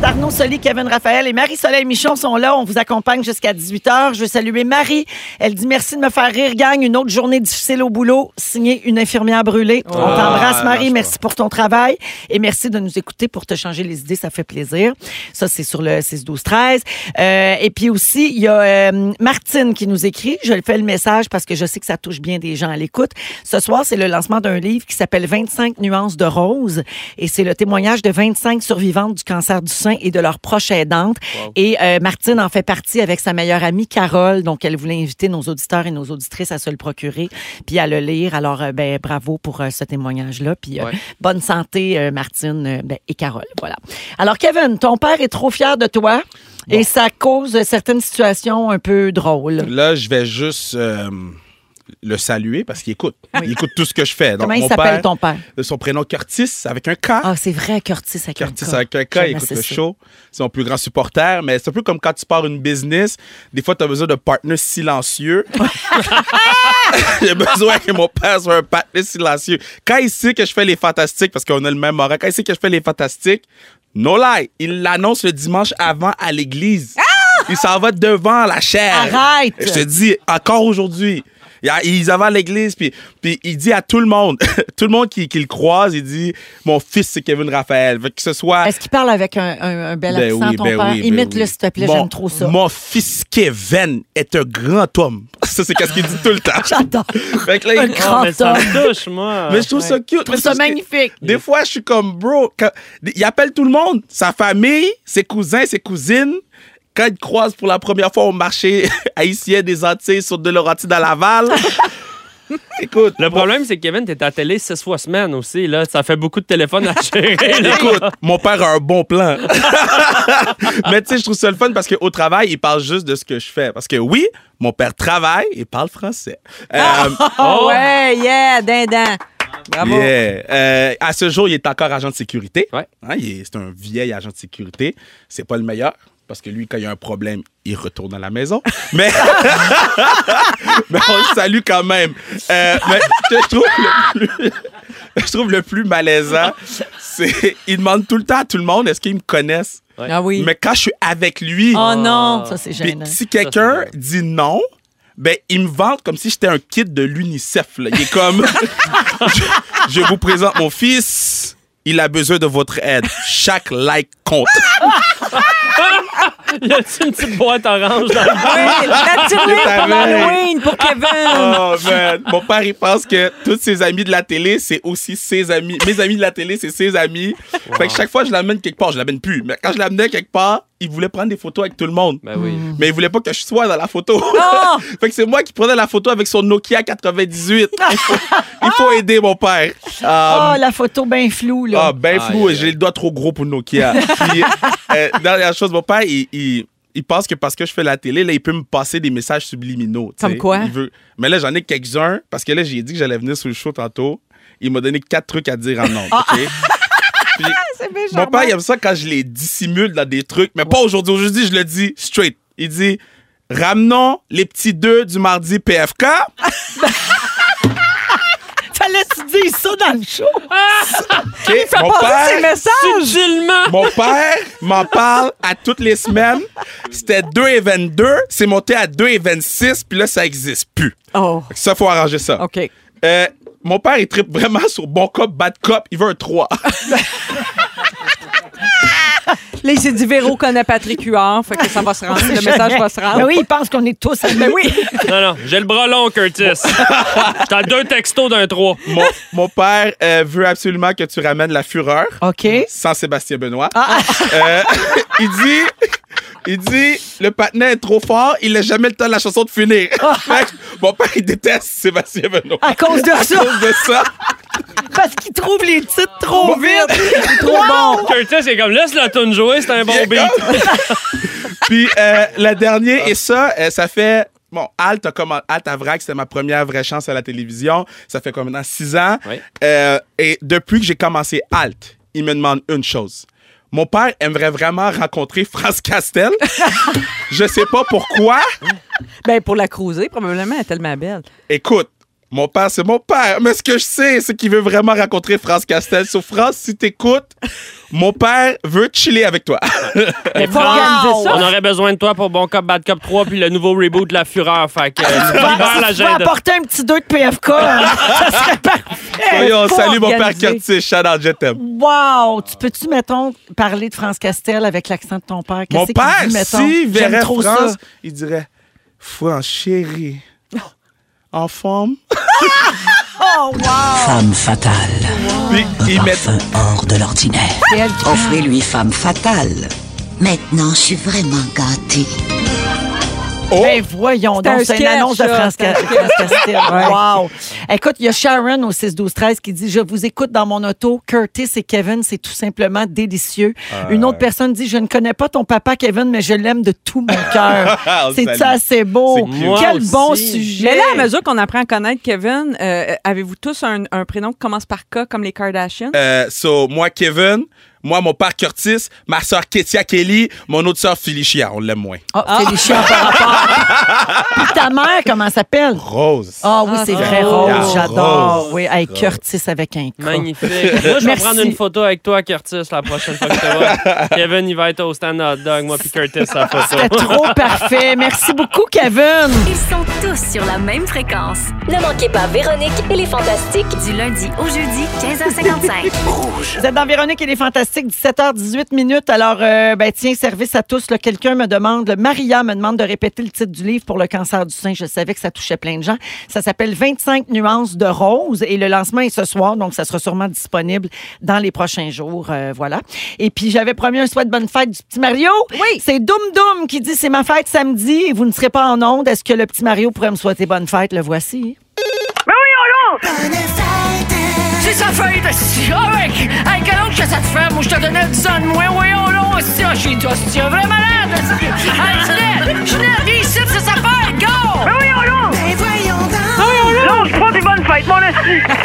Fred Arnaud Soli, Kevin Raphaël et Marie-Soleil Michon sont là. On vous accompagne jusqu'à 18h. Je veux saluer Marie. Elle dit merci de me faire rire, gang. Une autre journée difficile au boulot. Signé une infirmière brûlée. On t'embrasse,
elle
Marie.
marche
Merci pour ton travail. Et merci de nous écouter pour te changer les idées. Ça fait plaisir. Ça, c'est sur le 6-12-13. Euh, et puis aussi, il y a euh, Martine qui nous écrit. Je le fais le message parce que je sais que ça touche bien des gens à l'écoute. Ce soir, c'est le lancement d'un livre qui s'appelle 25 nuances de rose. Et c'est le témoignage de 25 survivantes du cancer du sein et de leur proche aidante. Et euh, Martine en fait partie avec sa meilleure amie Carole. Donc, elle voulait inviter nos auditeurs et nos auditrices à se le procurer puis à le lire. Alors, euh, ben, bravo pour euh, ce témoignage-là. Puis, euh,
Ouais.
bonne santé, euh, Martine euh, ben, et Carole. Voilà. Alors, Kevin, ton père est trop fier de toi et ça cause euh, certaines situations un peu drôles.
Là, je vais juste euh, le saluer parce qu'il écoute. Il écoute tout ce que je fais. Donc,
Comment il
mon
s'appelle
père,
ton père?
Son prénom Curtis avec un K.
Ah, c'est vrai, Curtis avec un
Curtis
K.
avec un K, il
J'aime
écoute
assez
le
ça.
show. C'est mon plus grand supporter. Mais c'est un peu comme quand tu pars une business. Des fois, tu as besoin de partenaires silencieux. J'ai besoin que mon père soit un partenaire silencieux. Quand il sait que je fais les fantastiques, parce qu'on a le même moral, quand il sait que je fais les fantastiques, no lie, il l'annonce le dimanche avant à l'église. Il s'en va devant la chaire.
Ah! Arrête!
Je te dis, encore aujourd'hui. il y a- Ils avaient à l'église, puis, puis il dit à tout le monde, tout le monde qui, qui le croise, il dit Mon fils, c'est Kevin Raphaël. Fait que ce soit.
Est-ce qu'il parle avec un, un- un bel
Ben
accent,
oui,
ton
ben
père?
oui, ben
Imite-le,
oui.
s'il te plaît,
Mon-
j'aime trop ça.
Mon fils Kevin est un grand homme. Ça, c'est qu'est-ce qu'il dit tout le temps.
J'adore.
Fait que là, il-
grand-
Ah, mais ça me touche, moi.
Mais je trouve ça cute. Mais
trouve ça
c'est parce que
magnifique.
Des fois, je suis comme, bro, quand- il appelle tout le monde, sa famille, ses cousins, ses cousines. Quand il croise pour la première fois au marché haïtien des Antilles sur De Laurentides à Laval. Écoute,
Le problème, c'est que Kevin, t'es à la télé six fois semaine aussi. Là. Ça fait beaucoup de téléphones à gérer. là.
Écoute, mon père a un bon plan. Mais tu sais, je trouve ça le fun parce qu'au travail, il parle juste de ce que je fais. Parce que oui, mon père travaille et parle français. Euh,
Oh, ouais, yeah, dindin. Bravo.
yeah. Euh, à ce jour, il est encore agent de sécurité.
Ouais.
Hein, il est- c'est un vieil agent de sécurité. C'est pas le meilleur. Parce que lui, quand il y a un problème, il retourne à la maison. Mais, mais on le salue quand même. Euh, mais ce que je trouve le plus, je trouve le plus malaisant, c'est il demande tout le temps à tout le monde est-ce qu'ils me connaissent.
Ah oui.
Mais quand je suis avec lui,
Oh non.
Ça, c'est
puis
gênant.
si quelqu'un dit non, ben il me vante comme si j'étais un kid de l'UNICEF. là. Il est comme je, je vous présente mon fils. Il a besoin de votre aide. Chaque like compte.
Y a-tu une petite boîte orange dans le
Ah,
Oui, la petite nuit
savais.
pour Halloween, pour Kevin.
Oh man, mon père il pense que tous ses amis de la télé c'est aussi ses amis. Mes amis de la télé c'est ses amis. Fait que chaque fois je l'amène quelque part, je l'amène plus. Mais quand je l'amenais quelque part, il voulait prendre des photos avec tout le monde.
Ben oui.
Hmm.
Mais il voulait pas que je sois dans la photo. fait que c'est moi qui prenais la photo avec son Nokia 98. Il faut, il faut aider mon père.
Ah,
Ah,
la photo bien floue, là.
ah, ben flou, j'ai le doigt trop gros pour Nokia. Puis, euh, dernière chose, mon père, il, il- il pense que parce que je fais la télé, là, il peut me passer des messages subliminaux. tu sais.
Comme quoi?
Il veut- Mais là, j'en ai quelques-uns parce que là, j'ai dit que j'allais venir sur le show tantôt. Il m'a donné quatre trucs à dire en nombre.
Ah!
OK? Puis, mon père, il aime ça quand je les dissimule dans des trucs, mais pas aujourd'hui. Aujourd'hui, je le dis straight. Il dit Ramenons les petits deux du mardi PFK.
Fallait-tu dire ça dans le show?
OK? Mon
Pas
père-
ces messages.
Subtilement.
Mon père m'en parle à toutes les semaines. C'était 2 et 22. C'est monté à 2 et 26. Puis là, ça n'existe plus.
Oh,
Fait que Ça, faut arranger ça.
OK.
Euh, mon père, il tripe vraiment sur bon cop, bad cop. Il veut un 3.
Là, il s'est dit Véro connaît Patrick Huard, fait que ça va se rendre. Le message va se
Ben
rendre.
oui, il pense qu'on est tous amis. oui.
Non, non, j'ai le bras long, Curtis. T'as deux textos d'un 3.
mon, mon père euh, veut absolument que tu ramènes la fureur.
OK.
Sans Sébastien Benoît. Euh, il dit. Il dit, le patinet est trop fort, il n'a jamais le temps de la chanson de finir. Fait que mon père, il déteste Sébastien Benoît.
À cause de
À
ça,
cause de ça.
parce qu'il trouve les titres trop vite.
Curtis est comme, laisse la tune jouer, c'est un bon beat.
Puis euh, la dernière, et ça, euh, ça fait. Bon, Alt, a commen- Alt à Vrac, c'était ma première vraie chance à la télévision. Ça fait comme maintenant six ans.
Oui.
Euh, et depuis que j'ai commencé Alt, il me demande une chose. Mon père aimerait vraiment rencontrer France Castel. Je sais pas pourquoi.
Ben, pour la cruiser, probablement, elle est tellement belle.
Écoute, Mon père, c'est mon père. Mais ce que je sais, c'est qu'il veut vraiment rencontrer France Castel. Sur France, si t'écoutes, mon père veut chiller avec toi.
Et France, on aurait besoin de toi pour Bon Cop, Bad Cop 3 puis le nouveau reboot de La Fureur. Fait que, euh, libère
Si tu peux
l'agenda.
apporter un petit 2 de PFK, hein, ça serait parfait.
Voyons,
Faut
salut mon père
organiser.
Curtis. Shout out, je t'aime.
Wow! Tu peux-tu, mettons, parler de France Castel avec l'accent de ton père? Qu'est-ce
Mon
qu'il
père,
dit, mettons?
s'il
J'aime
verrait
trop
France,
ça.
il dirait France, chérie, en forme.
Oh,
Femme fatale,
Puis il met
parfum hors de l'ordinaire. Offrez-lui femme fatale.
Maintenant, je suis vraiment gâtée.
Oh!
Ben voyons donc,
un
c'est une
sketch,
annonce de
ça,
France,
c'est un
Ca- France Castel. Wow! Écoute, il y a Sharon au 6-12-13 qui dit « Je vous écoute dans mon auto. Curtis et Kevin, c'est tout simplement délicieux. Une autre personne dit « Je ne connais pas ton papa, Kevin, mais je l'aime de tout mon cœur.
Ah, » on
C'est
salue.
ça, assez beau.
C'est cute.
Quel
Moi
bon
aussi.
sujet!
Mais là, à mesure qu'on apprend à connaître Kevin, euh, avez-vous tous un, un prénom qui commence par K comme les Kardashians?
Euh, so, moi, Kevin, moi, mon père Curtis, ma soeur Ketia Kelly, mon autre soeur Felicia, on l'aime moins.
Oh, c'est les chiens par rapport. Puis ta mère, comment elle s'appelle?
Rose.
Ah oui, c'est très
Rose.
rose. J'adore.
Rose.
Oui, avec Curtis avec un K.
Magnifique. Moi, je vais
Merci.
prendre une photo avec toi, Curtis, la prochaine fois que je te vois. Kevin, il va être au stand hot dog, moi, puis Curtis, sa
C'était
photo.
trop parfait. Merci beaucoup, Kevin.
Ils sont tous sur la même fréquence.
Ne manquez pas Véronique et les Fantastiques.
Du lundi au jeudi, 15h55.
Vous êtes dans Véronique et les Fantastiques, 17h18 minutes. Alors, euh, ben, tiens, service à tous. là. Quelqu'un me demande, là, Maria me demande de répéter le titre du livre pour le cancer du sein. Je savais que ça touchait plein de gens. Ça s'appelle 25 nuances de rose et le lancement est ce soir, donc ça sera sûrement disponible dans les prochains jours. euh, voilà. Et puis, j'avais promis un souhait de bonne fête du petit Mario. Oui. C'est Doum Doum qui dit c'est ma fête samedi et vous ne serez pas en onde. Est-ce que le petit Mario pourrait me souhaiter bonne fête? Le voici.
C'est sa fête, si avec! Hey, quelle honte que ça te fait? Moi, je te donnais 10 ans de moins, voyons là, si ah, j'ai dit, si un vrai malade! hostie. Hey, Ginette! Ginette, viens ici, c'est sa fête, go! Mais voyons là! Mais voyons là! Non, je prends des bonnes fêtes, mon esprit!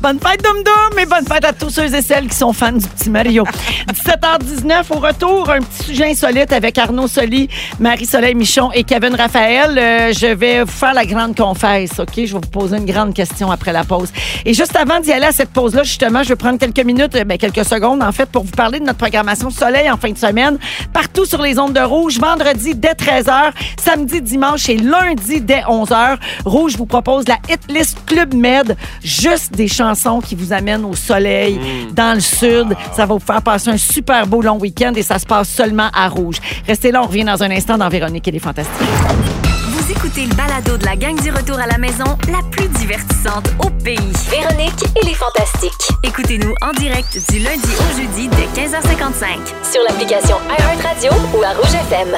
Bonne fête, Dum Dum, et bonne fête à tous ceux et celles qui sont fans du petit Mario. 17h19, au retour, un petit sujet insolite avec Arnaud Soli, Marie-Soleil Michon et Kevin Raphaël. Euh, je vais vous faire la grande confesse, OK? Je vais vous poser une grande question après la pause. Et juste avant d'y aller à cette pause-là, justement, je vais prendre quelques minutes, euh, ben, quelques secondes, en fait, pour vous parler de notre programmation Soleil en fin de semaine, partout sur les ondes de Rouge, vendredi dès 13h, samedi, dimanche et lundi dès 11h. Rouge vous propose la hit list Club Med, juste des chansons qui vous amènent au soleil dans le sud. Ça va vous faire passer un super beau long week-end et ça se passe seulement à Rouge. Restez là, on revient dans un instant dans Véronique et les Fantastiques.
Vous écoutez le balado de la gang du retour à la maison, la plus divertissante au pays.
Véronique et les Fantastiques.
Écoutez-nous en direct du lundi au jeudi dès 15h55.
Sur l'application iHeartRadio ou à Rouge FM.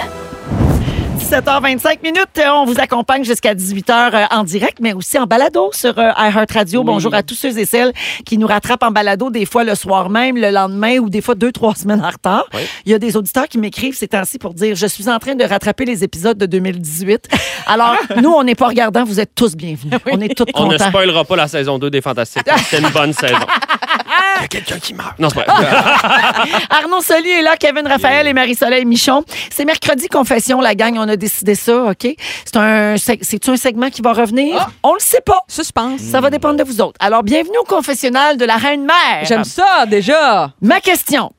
17h25 minutes. Euh, On vous accompagne jusqu'à 18h euh, en direct, mais aussi en balado sur euh, iHeartRadio. Bonjour à tous ceux et celles qui nous rattrapent en balado des fois le soir même, le lendemain ou des fois deux, trois semaines en retard. Il y a des auditeurs qui m'écrivent ces temps-ci pour dire « Je suis en train de rattraper les épisodes de 2018. » Alors, nous, on n'est pas regardants. Vous êtes tous bienvenus. On est tous
On ne
contents.
spoilera pas la saison 2 des Fantastiques. C'était une bonne saison. Il y a quelqu'un qui meurt. Non, c'est
Ah,
pas vrai.
Arnaud Soli est là, Kevin Raphaël et Marie-Soleil Michon. C'est mercredi confession, la gang. On a décidé ça, OK? C'est un, seg- c'est-tu un segment qui va revenir?
Ah.
On le sait pas.
Suspense.
Ça va dépendre de vous autres. Alors, bienvenue au confessionnal de la Reine-Mère.
J'aime ça, déjà.
Ma question.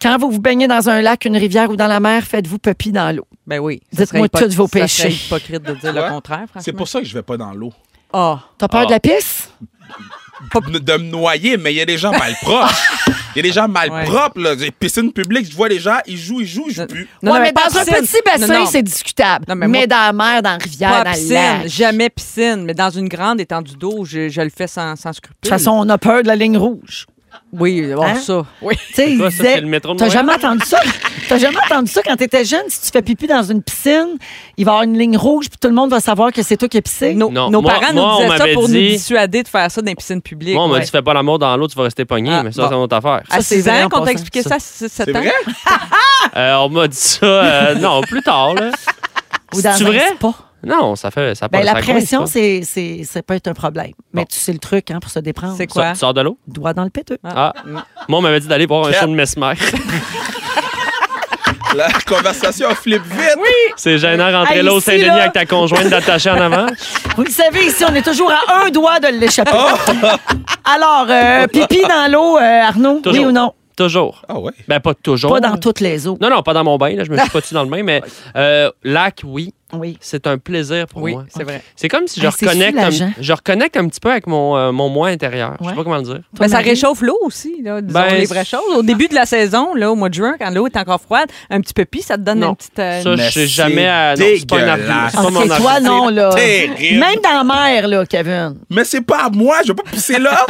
Quand vous vous baignez dans un lac, une rivière ou dans la mer, faites-vous pepi dans l'eau?
Ben oui.
Dites-moi
ça serait hypo-
tous vos
ça serait
péchés.
hypocrite de dire
Ouais.
le contraire, franchement.
C'est pour ça que je vais pas dans l'eau.
Ah.
T'as peur
Ah.
de la pisse?
De de me noyer, mais il y a des gens malpropres. Il y a des gens malpropres, là. Des piscines publiques, je vois les gens, ils jouent, ils jouent, je
Non,
pue.
non,
ouais, Euh, mais
pas
dans un
piscine.
petit
Non,
bassin,
non,
c'est discutable.
Non,
mais
mais moi-
dans la mer, dans la rivière,
Pas
dans le
piscine,
lac.
jamais piscine, mais dans une grande étendue d'eau, je, je le fais sans, sans scrupule.
De toute façon, on a peur de la ligne rouge.
Oui, bon,
Hein?
ça. Oui.
Tu sais, il
quoi, ça,
disait,
c'est le métro de
t'as
Montréal?
jamais entendu ça? T'as jamais entendu ça quand t'étais jeune? Si tu fais pipi dans une piscine, il va y avoir une ligne rouge puis tout le monde va savoir que c'est toi qui as pissé.
Nos,
Non,
nos
moi-
parents
moi, on
nous disaient ça
m'avait
pour
dit-
nous dissuader de faire ça dans les piscines publiques.
Moi, on m'a
ouais.
dit, fais pas l'amour dans l'eau, tu vas rester pogné,
Ah,
mais ça, c'est
bon.
notre affaire.
À
Ça, c'est
6
vrai en
ans, qu'on
passant.
t'a expliqué ça, à 7
C'est
ans.
vrai?
Euh, on m'a dit ça, euh, non, plus tard, là.
Ou dans
C'est-tu
un
vrai?
spa.
Non, ça fait. Ça
Ben,
passe-
la
ça coince,
pression,
ça.
c'est, c'est, ça peut être un problème. Mais
Bon.
tu sais le truc hein, pour se déprendre.
C'est
Tu
quoi?
sors- Tu sors de l'eau?
Doigt dans le péteux.
Ah. Moi, on m'avait dit d'aller voir un
Quatre.
show de Mesmer.
La conversation flippe vite.
Oui. C'est gênant rentrer
Hey,
là au
ici,
Saint-Denis
là.
avec ta conjointe d'attacher en avant.
Vous le savez, ici, on est toujours à un doigt de l'échapper.
Oh!
Alors, euh, pipi dans l'eau, euh, Arnaud,
Toujours.
oui ou non?
Toujours.
Ah ouais?
Ben, pas toujours.
Oh.
Pas dans toutes les eaux.
Non, non, pas dans mon bain. Là, je me suis pas tué dans le bain, mais euh, lac, oui.
Oui.
C'est un plaisir pour
Oui,
moi.
c'est vrai.
C'est comme si je,
Ah, c'est
reconnecte un,
soulageant.
je reconnecte un petit peu avec mon, euh, mon moi intérieur. Je
Ouais.
sais pas comment le dire.
Toi,
Ben, ça
Marie?
réchauffe l'eau aussi, là, disons
Ben,
les vraies
c'est-
choses. Au début de la saison, là, au mois de juin, quand l'eau est encore froide, un petit peu pis, ça te donne
Non.
une petite... euh,
Ça, je
Mais
sais
c'est
jamais à. Non, c'est pas un argument.
dégueulasse.
C'est pas mon
OK, toi,
argument.
non, là.
terrible.
Même dans la mer, là, Kevin.
Mais c'est pas à moi, je vais pas pousser là.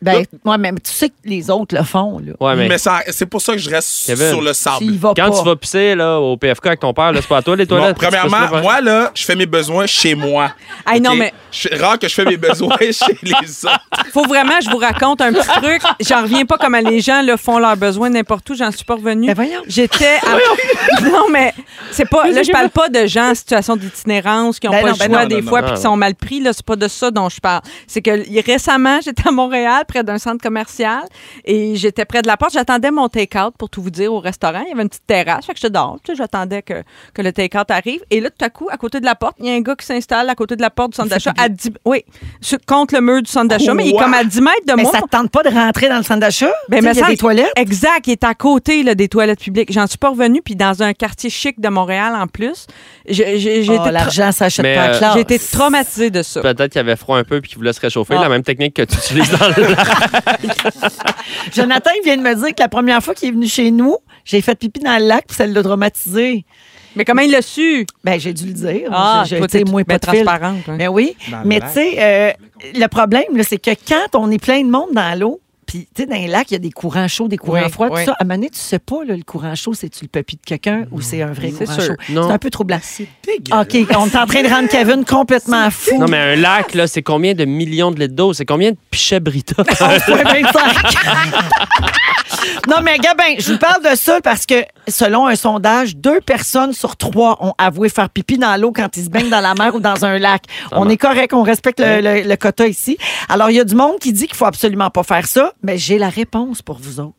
Ben, moi, même, tu sais que les autres le font, là.
Ouais, mais
mais ça- c'est pour ça que je reste
Kevin,
sur le sable.
Tu y vas
quand
pas.
tu vas pisser là, au PFK avec ton père, là, c'est pas à toi les
Non,
toilettes. Tu peux
premièrement,
se
moi, là, je fais mes besoins chez moi.
Hey, non,
OK?
mais-
Je suis rare que je fais mes besoins chez les autres.
Faut vraiment, je vous raconte un petit truc. J'en reviens pas comment les gens là, font leurs besoins n'importe où. J'en suis pas revenue.
Ben voyons.
J'étais. à- non, mais c'est pas. Là, je parle pas de gens en situation d'itinérance qui ont
Ben
pas
non,
le
ben
choix
non,
des
non,
fois
non,
puis
non.
qui sont mal pris. Là, c'est pas de ça dont je parle. C'est que y- récemment, j'étais à Montréal, près d'un centre commercial, et j'étais près de la porte. J'attendais mon take-out pour tout vous dire au restaurant. Il y avait une petite terrasse. Fait que j'étais dehors. Tu sais, j'attendais que, que le take-out arrive. Et là, tout à coup, à côté de la porte, il y a un gars qui s'installe à côté de la porte du centre d'achat. à 10 Oui, sur- contre le mur du centre d'achat, mais il est
Quoi?
comme à 10 mètres de
Mais
moi.
ça te tente pas de rentrer dans le centre d'achat? Tu sais,
Ben, me
il y a
semble-
des toilettes?
Exact, il est à côté là, des toilettes publiques. J'en suis pas revenue, puis dans un quartier chic de Montréal en plus. J'ai j'ai- j'ai
Oh,
été, tra-
l'argent s'achète
Mais,
pas en
euh,
classe.
j'ai été traumatisée de ça.
Peut-être qu'il avait froid un peu puis qu'il voulait se réchauffer.
Ah.
La même technique que tu utilises dans le lac.
Jonathan, il vient de me dire que la première fois qu'il est venu chez nous, j'ai fait pipi dans le lac, puis ça l'a traumatisé.
Mais comment il l'a su?
Ben, j'ai dû le dire.
Ah,
j'ai
toi,
été
t'es
moins
ben,
pas de filtre.
transparente, hein.
Mais oui.
Dans le
Mais
lac.
tu sais, euh, le problème, là, c'est que quand on est plein de monde dans l'eau, puis tu sais, dans les lacs, il y a des courants chauds, des courants
Oui,
froids,
oui.
tout ça. À un moment donné, tu sais pas, là, le courant chaud, c'est-tu le papy de quelqu'un ou c'est un vrai
C'est
courant
sûr.
chaud? C'est
Non.
un peu troublant.
Dégueulasse.
OK, on est en train de rendre Kevin complètement fou.
Non, mais un lac, là, c'est combien de millions de litres d'eau? C'est combien de pichets Brita?
11,25. non, mais Gabin, je vous parle de ça parce que, selon un sondage, deux personnes sur trois ont avoué faire pipi dans l'eau quand ils se baignent dans la mer ou dans un lac. On est correct, on respecte le, le- le quota ici. Alors, il y a du monde qui dit qu'il faut absolument pas faire ça, mais j'ai la réponse pour vous autres.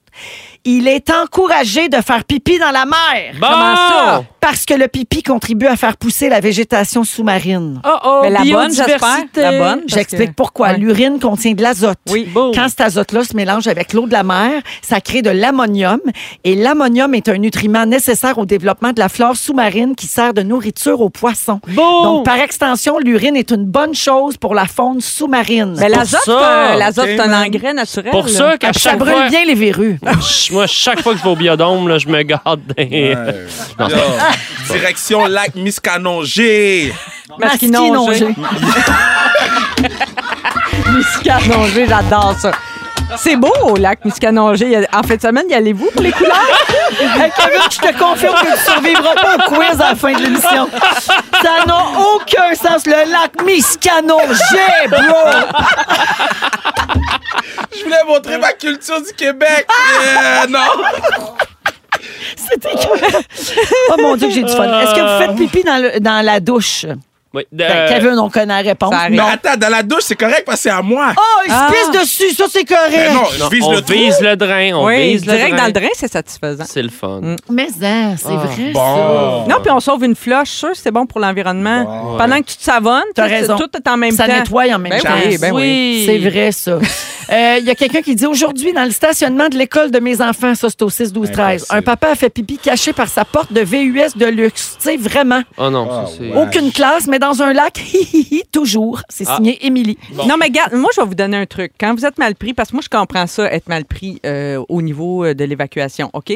Il est encouragé de faire pipi dans la mer.
Bon!
Comment ça?
Parce que le pipi contribue à faire pousser la végétation sous-marine.
Oh, oh,
Mais la bonne, j'espère. La bonne. parce
J'explique
que-
pourquoi.
Ouais.
L'urine contient de l'azote.
Oui, beau.
Quand cet azote-là se mélange avec l'eau de la mer, ça crée de l'ammonium. Et l'ammonium est un nutriment nécessaire au développement de la flore sous-marine qui sert de nourriture aux poissons.
Bon.
Donc, par extension, l'urine est une bonne chose pour la faune sous-marine.
Mais
pour
l'azote,
ça.
euh, l'azote, c'est un
Amen.
engrais naturel.
Pour
là.
ça qu'à
ça
chaque
brûle
fois...
bien les verrues.
Ch- Moi, chaque fois que je vais au biodôme, là, je me garde des...
Euh, yo, Direction lac Miscanon G.
Masquinongé.
Miscanongé, j'adore ça. C'est beau au lac Miscanongé. Il y a- En fin de semaine, y allez-vous pour les couleurs?
Hey, Kevin, je te confirme que tu survivras pas au quiz à la fin de l'émission. Ça n'a aucun sens. Le lac Miscanongé, bro!
Je voulais montrer ma culture du Québec.
Ah!
Euh, non.
C'était quoi? Ah. Oh mon Dieu, que j'ai du fun. Est-ce que vous faites
Euh.
pipi dans, le- dans la douche?
Oui, euh, de-
Ben, Kevin, on connaît la réponse.
ça arrive.
Non, attends, dans la douche, c'est correct parce que c'est à moi.
Oh, il se pisse dessus, ça c'est correct.
Mais Euh, non,
non,
je vise
on
le trou.
vise le drain, on
oui,
vise le
direct
drain.
dans le drain, Mm. c'est satisfaisant.
C'est le fun.
Mais ça, c'est vrai.
Ah. Bon.
Non, puis on sauve une floche, sûr, c'est bon pour l'environnement. Pendant que tu te savonnes,
T'as
tout-
raison.
tout est en même
Ça
temps.
nettoie en même
Ben
temps.
oui, ben
oui.
C'est vrai, ça. Euh, Il y a quelqu'un qui dit aujourd'hui, dans le stationnement de l'école de mes enfants, ça c'est au 6, 12, 13, un
Impossible.
papa a fait pipi caché par sa porte de VUS de luxe. Tu sais, vraiment.
Oh non,
Ah,
ça, c'est...
ouais. Ah.
Aucune classe, mais dans un lac, hi, hi, hi, toujours. C'est signé Émilie.
Non, mais regarde, moi, je vais vous donner un truc. Quand vous êtes mal pris, parce que moi, je comprends ça, être mal pris euh, au niveau euh, de l'évacuation, OK?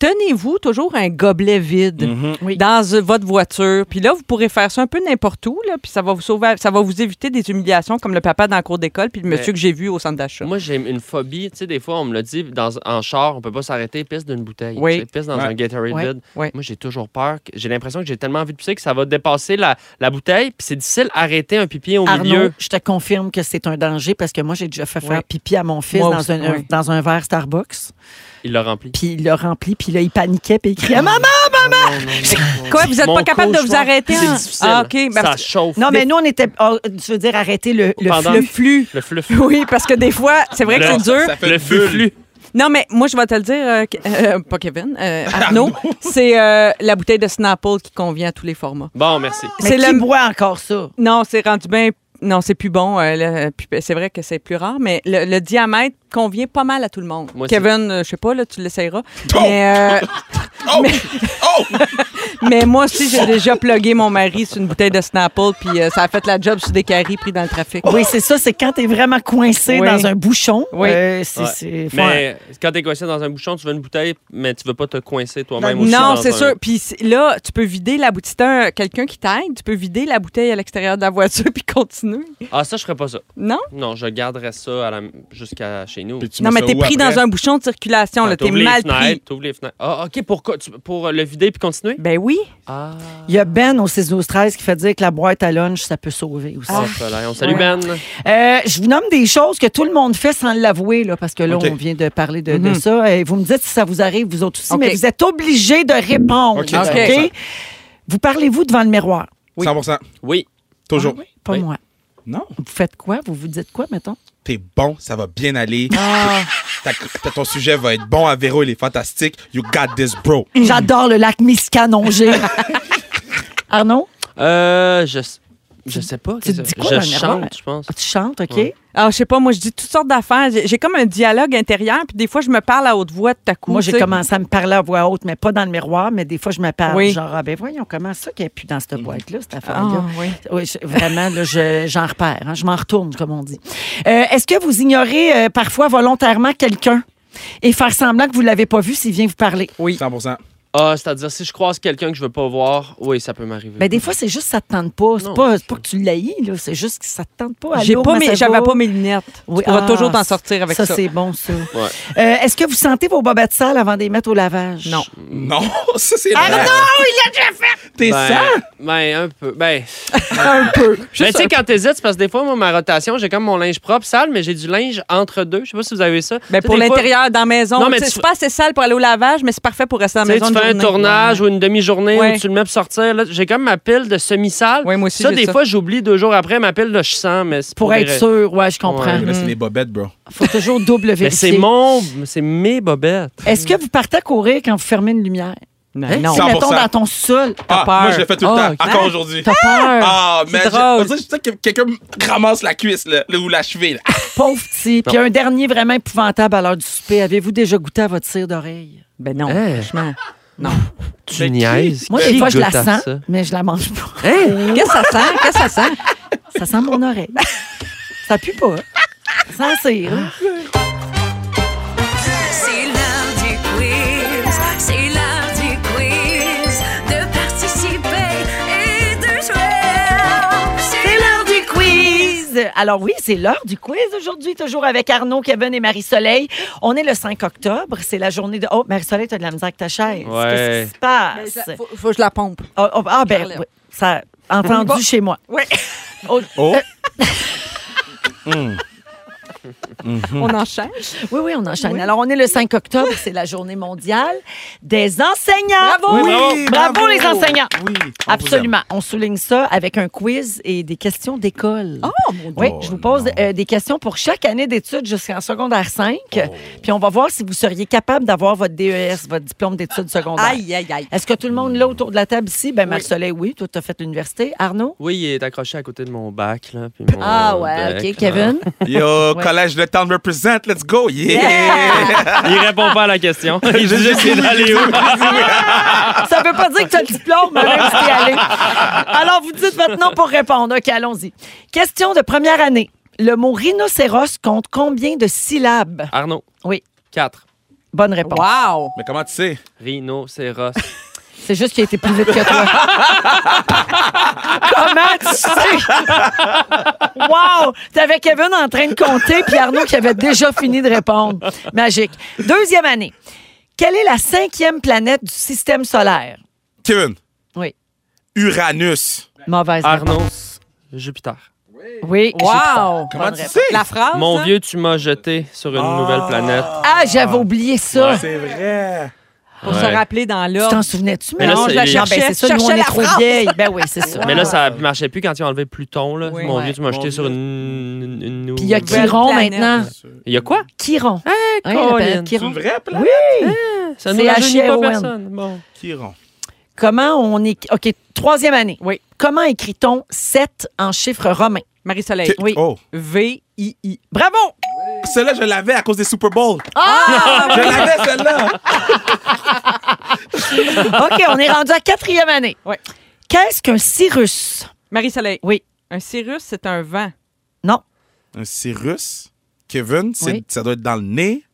Tenez-vous toujours un gobelet vide
Oui.
dans euh, votre voiture. Puis là, vous pourrez faire ça un peu n'importe où, là, puis ça va vous sauver, ça va vous éviter des humiliations comme le papa dans la cour d'école puis le monsieur que j'ai vu au centre d'achat.
Moi, j'ai une phobie. Tu sais, des fois, on me l'a dit, dans, en char, on peut pas s'arrêter, pisse d'une bouteille.
Oui.
Tu sais, Pisse dans
Ouais.
un Gatorade
Ouais.
vide.
Ouais.
Moi, j'ai toujours peur. que- J'ai l'impression que j'ai tellement envie de pisser que ça va dépasser la, la bouteille. Puis c'est difficile d'arrêter un pipi au
Arnaud,
milieu.
je te confirme que c'est un danger parce que moi, j'ai déjà fait faire
Ouais.
pipi à mon fils
Moi
dans
aussi,
un, un-
ouais.
dans un verre Starbucks.
Il l'a rempli.
Puis il l'a rempli, puis là, il paniquait, puis il criait Maman!
Quoi, vous n'êtes
Mon
pas capable de vous
cauchemar,
arrêter?
C'est
en-
difficile.
Ah, OK. ben,
ça
parce-
chauffe.
Non, mais nous, on était. oh, tu veux dire arrêter le, le
Pendant-
flux.
Le fluff.
Oui, parce que des fois, c'est vrai que
Le-
c'est dur.
Ça fait
Le
bulle.
flux.
Non, mais moi, je vais te le dire, euh, Ke- euh, pas Kevin, euh, Arnaud, c'est euh, la bouteille de Snapple qui convient à tous les formats.
Bon, merci.
C'est qui boit encore ça?
Non, c'est rendu bien. Non, c'est plus bon. euh, le- puis c'est vrai que c'est plus rare, mais le, le diamètre convient pas mal à tout le monde.
Moi aussi.
Kevin, euh, je sais pas, là, tu l'essayeras. Mais, euh,
Oh!
mais, mais moi aussi, j'ai déjà plugué mon mari sur une bouteille de Snapple, puis euh, ça a fait la job sur des caries pris dans le
Oh,
trafic.
Oui, c'est ça, c'est quand t'es vraiment coincé
Oui.
dans un bouchon.
Oui.
euh, c'est,
Ouais.
c'est- faut un-
Mais quand t'es coincé dans un bouchon, tu veux une bouteille, mais tu veux pas te coincer toi-même aussi.
Non,
dans
c'est
un-
sûr. Puis c'est- là, tu peux vider la bouteille. Si t'as un- quelqu'un qui t'aide, tu peux vider la bouteille à l'extérieur de la voiture puis continuer.
Ah, ça, je ferais pas ça.
Non?
Non, je garderais ça à la- jusqu'à chez nous.
non, mais t'es pris dans un bouchon de circulation. là, T'es
T'ouvres les
mal pris.
fenêtres, t'ouvres les fenêtres. Ah, OK, pour, quoi? Tu- pour euh, le vider puis continuer?
Ben oui.
Ah,
Il y a Ben au 6 12 13 qui fait dire que la boîte à lunch, ça peut sauver aussi.
ça, ça a l'air. on salue Ben.
Euh, je vous nomme des choses que tout le monde fait sans l'avouer, là, parce que là,
OK.
on vient de parler de, de ça. Et vous me dites si ça vous arrive, vous autres aussi,
OK.
mais vous êtes obligés de répondre.
OK,
OK?
100%.
Vous parlez-vous devant le miroir?
100
Oui.
Toujours.
Ah oui, Pas
Oui.
moi.
Non.
Vous faites quoi? Vous vous dites quoi, mettons?
T'es bon, ça va bien aller.
Ah.
Ta- ta- ton sujet va être bon à Véro, il est fantastique. You got this, bro.
J'adore le lac Miscanongé. Arnaud,
Euh, je, s- je sais pas.
tu te
qu'est-ce que-
dis quoi
je
dans le miroir? Ah,
chante, je pense.
tu chantes, OK?
Ouais.
Alors, je sais pas, moi, je dis toutes sortes d'affaires. J'ai j'ai comme un dialogue intérieur, puis des fois, je me parle à haute voix de ta coup.
Moi, j'ai
tu sais.
commencé à me parler à voix haute, mais pas dans le miroir, mais des fois, je me parle.
Oui.
Genre, ah, ben voyons, comment ça qu'elle est plus dans cette boîte-là, cette
Ah,
affaire-là?
oui.
Oui, je- vraiment, là, je- j'en repère. hein. je m'en retourne, comme on dit. Euh, Est-ce que vous ignorez euh, parfois volontairement quelqu'un et faire semblant que vous ne l'avez pas vu s'il vient vous parler?
Oui.
100
Ah, c'est-à-dire, si je croise quelqu'un que je veux pas voir, oui, ça peut m'arriver.
Ben, des fois, c'est juste que ça ne te tente pas. C'est
Non.
pas, c'est pas que tu l'haïs, là. C'est juste que ça ne te tente pas.
J'ai
Allô,
pas
comment
mes-
ça
J'avais
va?
pas mes lunettes.
Oui,
tu pourras
ah,
toujours t'en sortir avec ça.
Ça, c'est bon, ça.
Ouais.
Euh, Est-ce que vous sentez vos bobettes sales avant de les mettre au lavage?
Non.
Non, ça c'est
Arnaud,
vrai.
Mm. Ah il l'a déjà fait!
T'es
ben,
ça?
ben, un peu. Ben,
un peu.
Mais Ben, tu sais, quand t'hésites, c'est parce que des fois, moi, ma rotation, j'ai comme mon linge propre, sale, mais j'ai du linge entre deux. Je sais pas si vous avez ça.
Ben,
Tu sais,
pour
des fois,
l'intérieur, dans la maison.
Non, mais
Tu sais,
tu-
C'est pas assez sale pour aller au lavage, mais c'est parfait pour rester à la
Tu sais,
maison.
tu fais un tournage ou une demi-journée
Ouais.
où tu le mets pour sortir. là, J'ai comme ma pile de semi-sale.
Ouais, moi aussi,
ça,
j'ai
des
ça.
fois, j'oublie deux jours après ma pile de je sens, mais c'est
Pour
des
être
ra-
sûr, ouais, je comprends.
Ouais.
Mais là, c'est les bobettes, bro.
faut toujours double
Mais
vérifier.
c'est mon. C'est mes bobettes.
Est-ce que vous partez à courir quand vous fermez une lumière? Hein?
Non,
Si,
non.
100%.
mettons, dans ton sol, t'as
Ah,
peur.
moi je le fais tout le
Oh,
temps,
ok.
encore aujourd'hui.
T'as peur.
Ah, mais
C'est
je
drôle.
je sais que quelqu'un me ramasse la cuisse là, là, ou la cheville. là.
Pauvre petit. Puis un dernier vraiment épouvantable à l'heure du souper. Avez-vous déjà goûté à votre cire d'oreille?
Ben non,
Hey.
franchement.
Tu niaises.
Moi,
Hein? Ben, Qui
des fois, je la
goûte à
sens,
ça? Hein?
mais je la mange pas.
Qu'est-ce que ça sent? Qu'est-ce que ça sent?
Ça sent mon oreille. Ça pue pas. Ça sent la cire.
C'est l'heure du quiz, c'est l'heure du quiz, de participer et de jouer. C'est l'heure du
quiz. Alors oui, c'est l'heure du quiz aujourd'hui, toujours avec Arnaud, Kevin et Marie-Soleil. On est le 5 octobre, c'est la journée de... Oh, Marie-Soleil, t'as de la misère avec ta chaise.
Ouais.
Qu'est-ce qui se passe?
Faut, faut que je la pompe.
Ah, ah, ah, ben,
Parlez.
oui, ça a entendu chez moi.
Oui.
Oh,
Oh,
On enchaîne.
oui, oui, on enchaîne. Alors, on est le 5 octobre, c'est la journée mondiale des enseignants.
Bravo!
Oui,
bravo, les enseignants.
oui.
Absolument. On souligne ça avec un quiz et des questions d'école.
Oh, mon Dieu.
Oui, je vous pose euh, des questions pour chaque année d'études jusqu'en secondaire 5.
Oh.
Puis on va voir si vous seriez capable d'avoir votre DES, votre diplôme d'études secondaires.
Aïe, aïe, aïe.
Est-ce que tout le monde là autour de la table ici? Ben, Marcelet, oui, toi, tu as fait l'université. Arnaud?
Oui, il est accroché à côté de mon bac. Là, puis
Oh,
mon
Ah ouais,
bec,
OK. Kevin?
Yo,
Ouais.
collège de town represent, let's go, yeah!
là. Il répond pas à la question. Il dit juste qu'il est allé où.
Ça veut pas dire que tu as le diplôme, mais même si t'es allé. Alors, vous dites votre nom pour répondre. OK, allons-y. Question de première année. Le mot rhinocéros compte combien de syllabes?
Arnaud.
Oui.
4.
Bonne réponse.
Wow!
Mais comment tu sais?
Rhinocéros.
C'est juste qu'il a été plus vite que toi. Comment tu sais? Wow! T'avais Kevin en train de compter, puis Arnaud qui avait déjà fini de répondre. Magique. Deuxième année. Quelle est la cinquième planète du système solaire?
Kevin.
Oui.
Uranus.
Mauvaise
Arnaud.
réponse.
Jupiter.
Oui.
Wow!
Comment
Bonne
tu
réponse.
sais?
La
Ah,
phrase.
Mon
hein?
Ah. vieux, tu m'as jeté sur une nouvelle planète.
Ah, j'avais oublié ça.
C'est vrai.
pour
Ouais.
se rappeler dans l'ordre.
Tu t'en souvenais-tu,
Mais là,
Non,
c'est-
je la
les-
Ah, ben,
cherchais.
c'est ça,
je
nous, on
cherchais
est
la
trop
phrase.
vieilles. Ben oui, c'est ça.
Mais là, ça marchait plus quand ils ont enlevé Pluton. Là.
Oui.
Mon
Ouais.
vieux, tu m'as jeté sur une. une- une-
Puis il y a
Nouvelle
Kiron
planète.
maintenant.
Il y a quoi?
Kiron. Hein, la
Colin.
planète Kiron.
vrai plan?
Ça
C'est E
ne rajeunit pas
H.R.O.N..
personne. Bon.
Qui rompt?
Comment on écrit. OK, troisième année.
Oui.
Comment écrit-on 7 en chiffre romain?
Marie-Soleil.
Oui. Oh.
V-I-I.
Bravo!
Celle-là, je l'avais à cause des Super Bowl.
Ah!
Je l'avais, celle-là.
OK, on est rendu à quatrième année.
Ouais.
Qu'est-ce qu'un cirrus?
Marie-Soleil.
Oui.
Un cirrus, c'est un vent.
Un cirrus. Kevin, c'est-
Oui.
ça doit être dans le nez.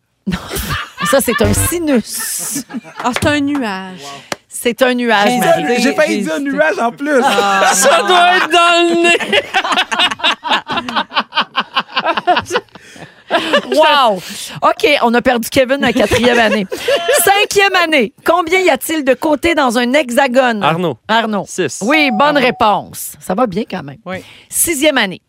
Ça, c'est un sinus.
Ah, c'est un nuage.
C'est un nuage, Marie.
hésité,
J'ai failli
j'ai
dire
hésité.
nuage en plus.
Ah.
Ça doit être dans le nez!
Wow! OK, on a perdu Kevin à quatrième année. Cinquième année. Combien y a-t-il de côtés dans un hexagone?
Arnaud.
Arnaud.
Six.
Oui, bonne réponse. Ça va bien quand même.
Oui.
Sixième année.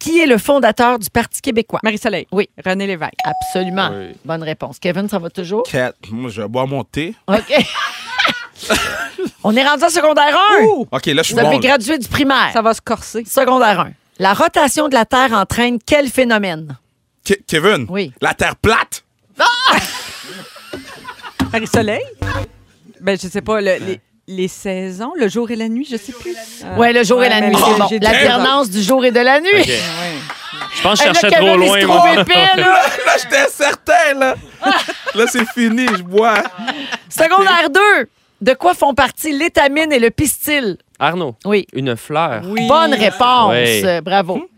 Qui est le fondateur du Parti québécois?
Marie-Soleil.
Oui.
René Lévesque.
Ah
Absolument.
Oui.
Bonne réponse. Kevin, ça va toujours?
Quatre. Moi, je vais boire mon thé.
OK. on est rendu à secondaire 1.
OK, là, je
Oh.
suis
Vous avez
bon. là.
gradué du primaire.
Ça va se corser.
Secondaire 1. La rotation de la Terre entraîne quel phénomène?
Ke- Kevin,
Oui.
la terre plate.
Marie-Soleil? Ben, je sais pas. le- les, les saisons, le jour et la nuit, je sais plus. Euh,
Oui, le jour et la
ouais,
nuit.
mais
c'est
j'ai-
bon.
j'ai dit-
L'alternance du jour et de la nuit.
Ok. Je pense que je
Hey, là,
cherchais
Kevin,
trop
il
loin,
se
moi.
trouve épais, là.
Là, j'étais certain, là. Là, c'est fini, je bois.
Secondaire 2. De quoi font partie l'étamine et le pistil?
Arnaud.
Oui.
Une fleur.
Bonne réponse.
Oui.
Euh, Bravo.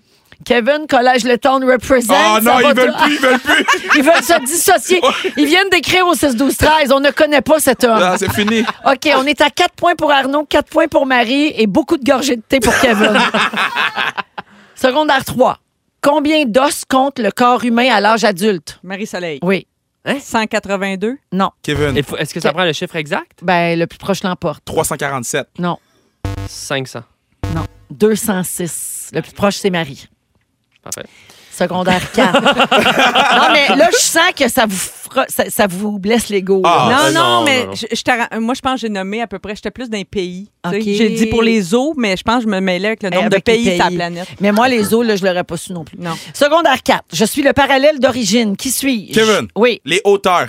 Kevin, Collège Le Town represent.
Oh
Ça
non,
va
ils veulent
tout-
plus, ils veulent plus.
Ils veulent se dissocier. Ils viennent d'écrire au 6-12-13. On ne connaît pas cet homme.
Ah, c'est fini.
OK, on est à 4 points pour Arnaud, 4 points pour Marie et beaucoup de gorgées de thé pour Kevin. Secondaire 3. Combien d'os compte le corps humain à l'âge adulte?
Marie-Soleil.
Oui. Hein?
182.
Non.
Kevin,
Il faut- Est-ce que ça prend le chiffre exact?
Ben, le plus proche l'emporte.
347.
Non.
500.
206. Le plus proche, c'est Marie.
Parfait.
Secondaire 4. non, mais là, je sens que ça vous, fro- ça, ça vous blesse l'ego. là.
Ah,
non,
ben
non,
non,
mais
non, non.
je- je t'arra- moi, je pense que j'ai nommé à peu près, j'étais plus d'un pays. tu sais.
OK. Ben,
J'ai dit pour les eaux, mais je pense que je me mêlais avec le nombre
avec
de
les
pays, sur la
pays.
planète.
Mais moi, les os, là, je l'aurais pas su non plus.
Non.
Secondaire 4. Je suis le parallèle d'origine. Qui suis-je?
Kevin.
Oui.
Les hauteurs.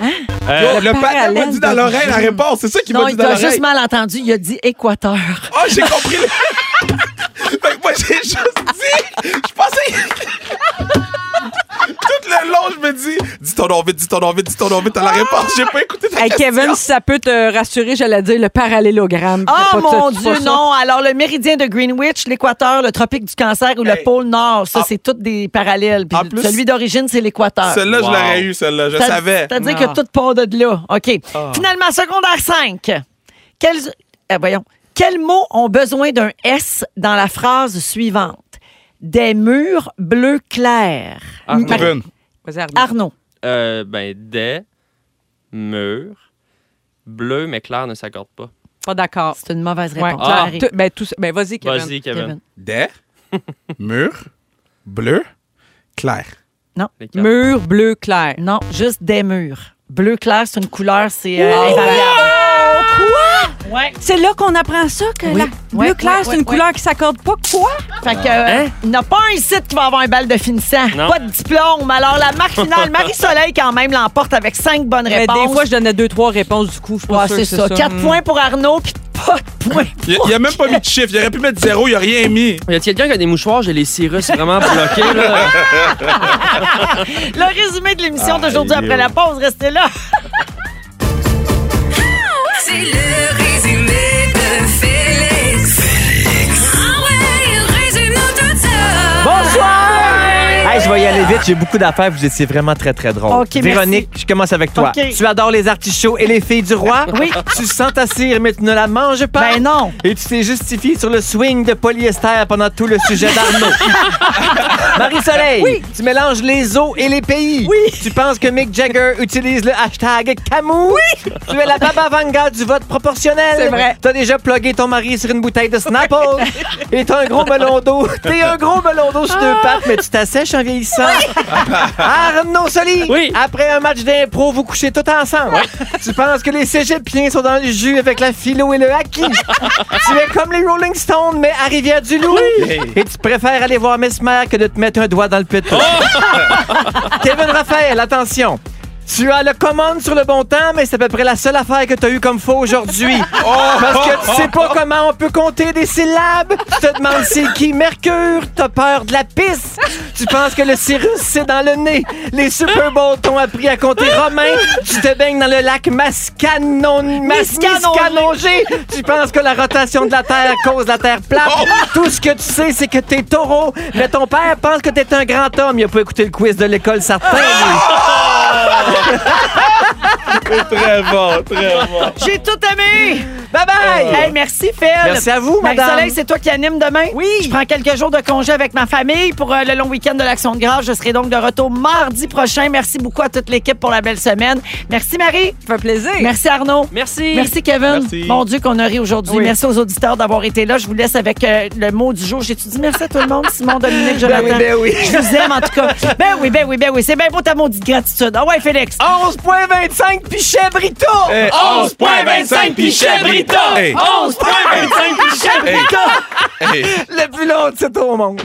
Euh,
Yo, le patin m'a
parallèle
dit dans l'oreille la réponse. C'est ça qu'il
Non,
m'a dit
il
dans
t'a
l'oreille.
juste mal entendu. Il a dit Équateur.
Ah, j'ai compris. le- fait que moi, j'ai juste dit. Je pensais. Tout le long, je me dis dis ton nom vite, dis ton nom vite, dis ton nom vite, t'as la réponse. J'ai pas écouté ta
Hey,
question.
Kevin, si ça peut te rassurer, j'allais dire le parallélogramme.
Oh
C'est pas
mon
ça, c'est
Dieu,
pas ça.
non. Alors, le méridien de Greenwich, l'équateur, le tropique du cancer ou le
Hey.
pôle nord, ça,
En-
c'est toutes des parallèles. Puis
En plus-
celui d'origine, c'est l'équateur.
Celle-là, je
Wow.
l'aurais eu, celle-là. Je
T'as-
savais.
C'est-à-dire
Non.
que tout part de là. OK.
Ah.
Finalement, secondaire 5. Quels, eh, voyons. Quels mots ont besoin d'un S dans la phrase suivante? Des murs bleus clairs.
Arnaud.
Kevin,
Vas-y, Arnaud.
Arnaud.
Euh, ben, des murs bleu, mais clair ne s'accorde pas.
Pas d'accord.
C'est une mauvaise
Ouais.
réponse.
Ah.
Marie.
Tout- ben, tout ça- ben, vas-y, Kevin.
Vas-y, Kevin.
Kevin.
des murs bleu clair.
Les quatre.
Mur bleu clair.
Non, juste des murs. Bleu clair, c'est une couleur, c'est euh, invariable.
C'est là qu'on apprend ça, que
Oui.
la-
Ouais,
bleu clair,
ouais,
c'est
ouais,
une
ouais.
couleur qui s'accorde pas. Quoi?
Fait que, euh, il n'y en a pas un site qui va avoir un bal de finissant.
Non.
Pas de diplôme. Alors, la marque finale, Marie-Soleil, quand même, l'emporte avec cinq bonnes
Mais
réponses.
des fois, je donnais deux, trois réponses du coup. Je suis pas
Ouais,
sûre
c'est ça.
que
Quatre
Hmm.
points pour Arnaud, puis pas de points.
Il, il a même pas mis de chiffre. Il aurait pu mettre zéro, il a rien mis.
Y a-t-il quelqu'un qui a des mouchoirs? J'ai les cirrus vraiment bloqués, là.
Le résumé de l'émission
Ah,
d'aujourd'hui après
yo.
la pause, restez là.
C'est le résumé de Félix. Félix. Ah ouais, il résume nous tout ça.
Hey, je vais y aller Ah. vite, j'ai beaucoup d'affaires, vous étiez vraiment très très drôle.
Ok,
Véronique, je commence avec toi.
Ok.
Tu adores les artichauts et les filles du roi?
Oui.
Tu sens ta cire mais tu ne la manges pas?
Ben non.
Et tu t'es justifié sur le swing de polyester pendant tout le sujet d'Arnaud. Marie-Soleil, tu mélanges les eaux et les pays. Oui. Tu penses que Mick Jagger utilise le hashtag Camus. Oui. Tu es la Baba Vanga du vote proportionnel.
C'est vrai.
T'as déjà plugué ton mari sur une bouteille de Snapple. Et t'as un gros melon d'eau. T'es un gros melon d'eau sur deux pattes, mais tu t'assèches en vieillissant. salissant. Arnaud Soli, après un match d'impro, vous couchez tout ensemble. Tu penses que les cégepiens sont dans le jus avec la philo et le hockey. tu es comme les Rolling Stones, mais à Rivière-du-Loup. Et tu préfères aller voir Mesmer que de te mettre un doigt dans le pétrole. Kevin Raphaël, attention. Tu as le commande sur le bon temps, mais c'est à peu près la seule affaire que tu as eue comme faux aujourd'hui. Parce que tu sais pas comment on peut compter des syllabes. Tu te demandes c'est qui Mercure, t'as peur de la pisse. Tu penses que le cirrus, c'est dans le nez. Les Super Bowls t'ont appris à compter romain. Tu te baignes dans le lac Mascanon... Mas- Miscanongé. Tu penses que la rotation de la Terre cause la Terre plate. Tout ce que tu sais, c'est que t'es taureau. Mais ton père pense que t'es un grand homme. Il a pas écouté le quiz de l'école certain. lui.
très bon, très bon.
J'ai tout aimé! Bye bye!
Euh.
Hey, merci, Phil.
Merci à vous, madame.
Marie-Soleil, c'est toi qui anime demain? Oui. Je prends quelques jours de congé avec ma famille pour euh, le long week-end de l'Action de grâce. Je serai donc de retour mardi prochain. Merci beaucoup à toute l'équipe pour la belle semaine. Merci, Marie.
Ça fait plaisir.
Merci, Arnaud.
Merci.
Merci, Kevin.
Merci.
Mon Dieu, qu'on a ri aujourd'hui.
Oui.
Merci aux auditeurs d'avoir été là. Je vous laisse avec euh, le mot du jour. J'ai-tu dit merci à tout le monde? Simon, Dominique, Jonathan.
oui, ben oui.
Je vous aime, en tout cas. Ben oui, ben oui, ben oui. C'est bien beau ta maudite gratitude. Ah ouais, Félix.
11.25 pichet Brito! Eh,
Eh, 11,25 pichet Brito. Eh. Hey.
11.25 pichet
Hey.
Brito!
Hey.
Le plus long titre au monde.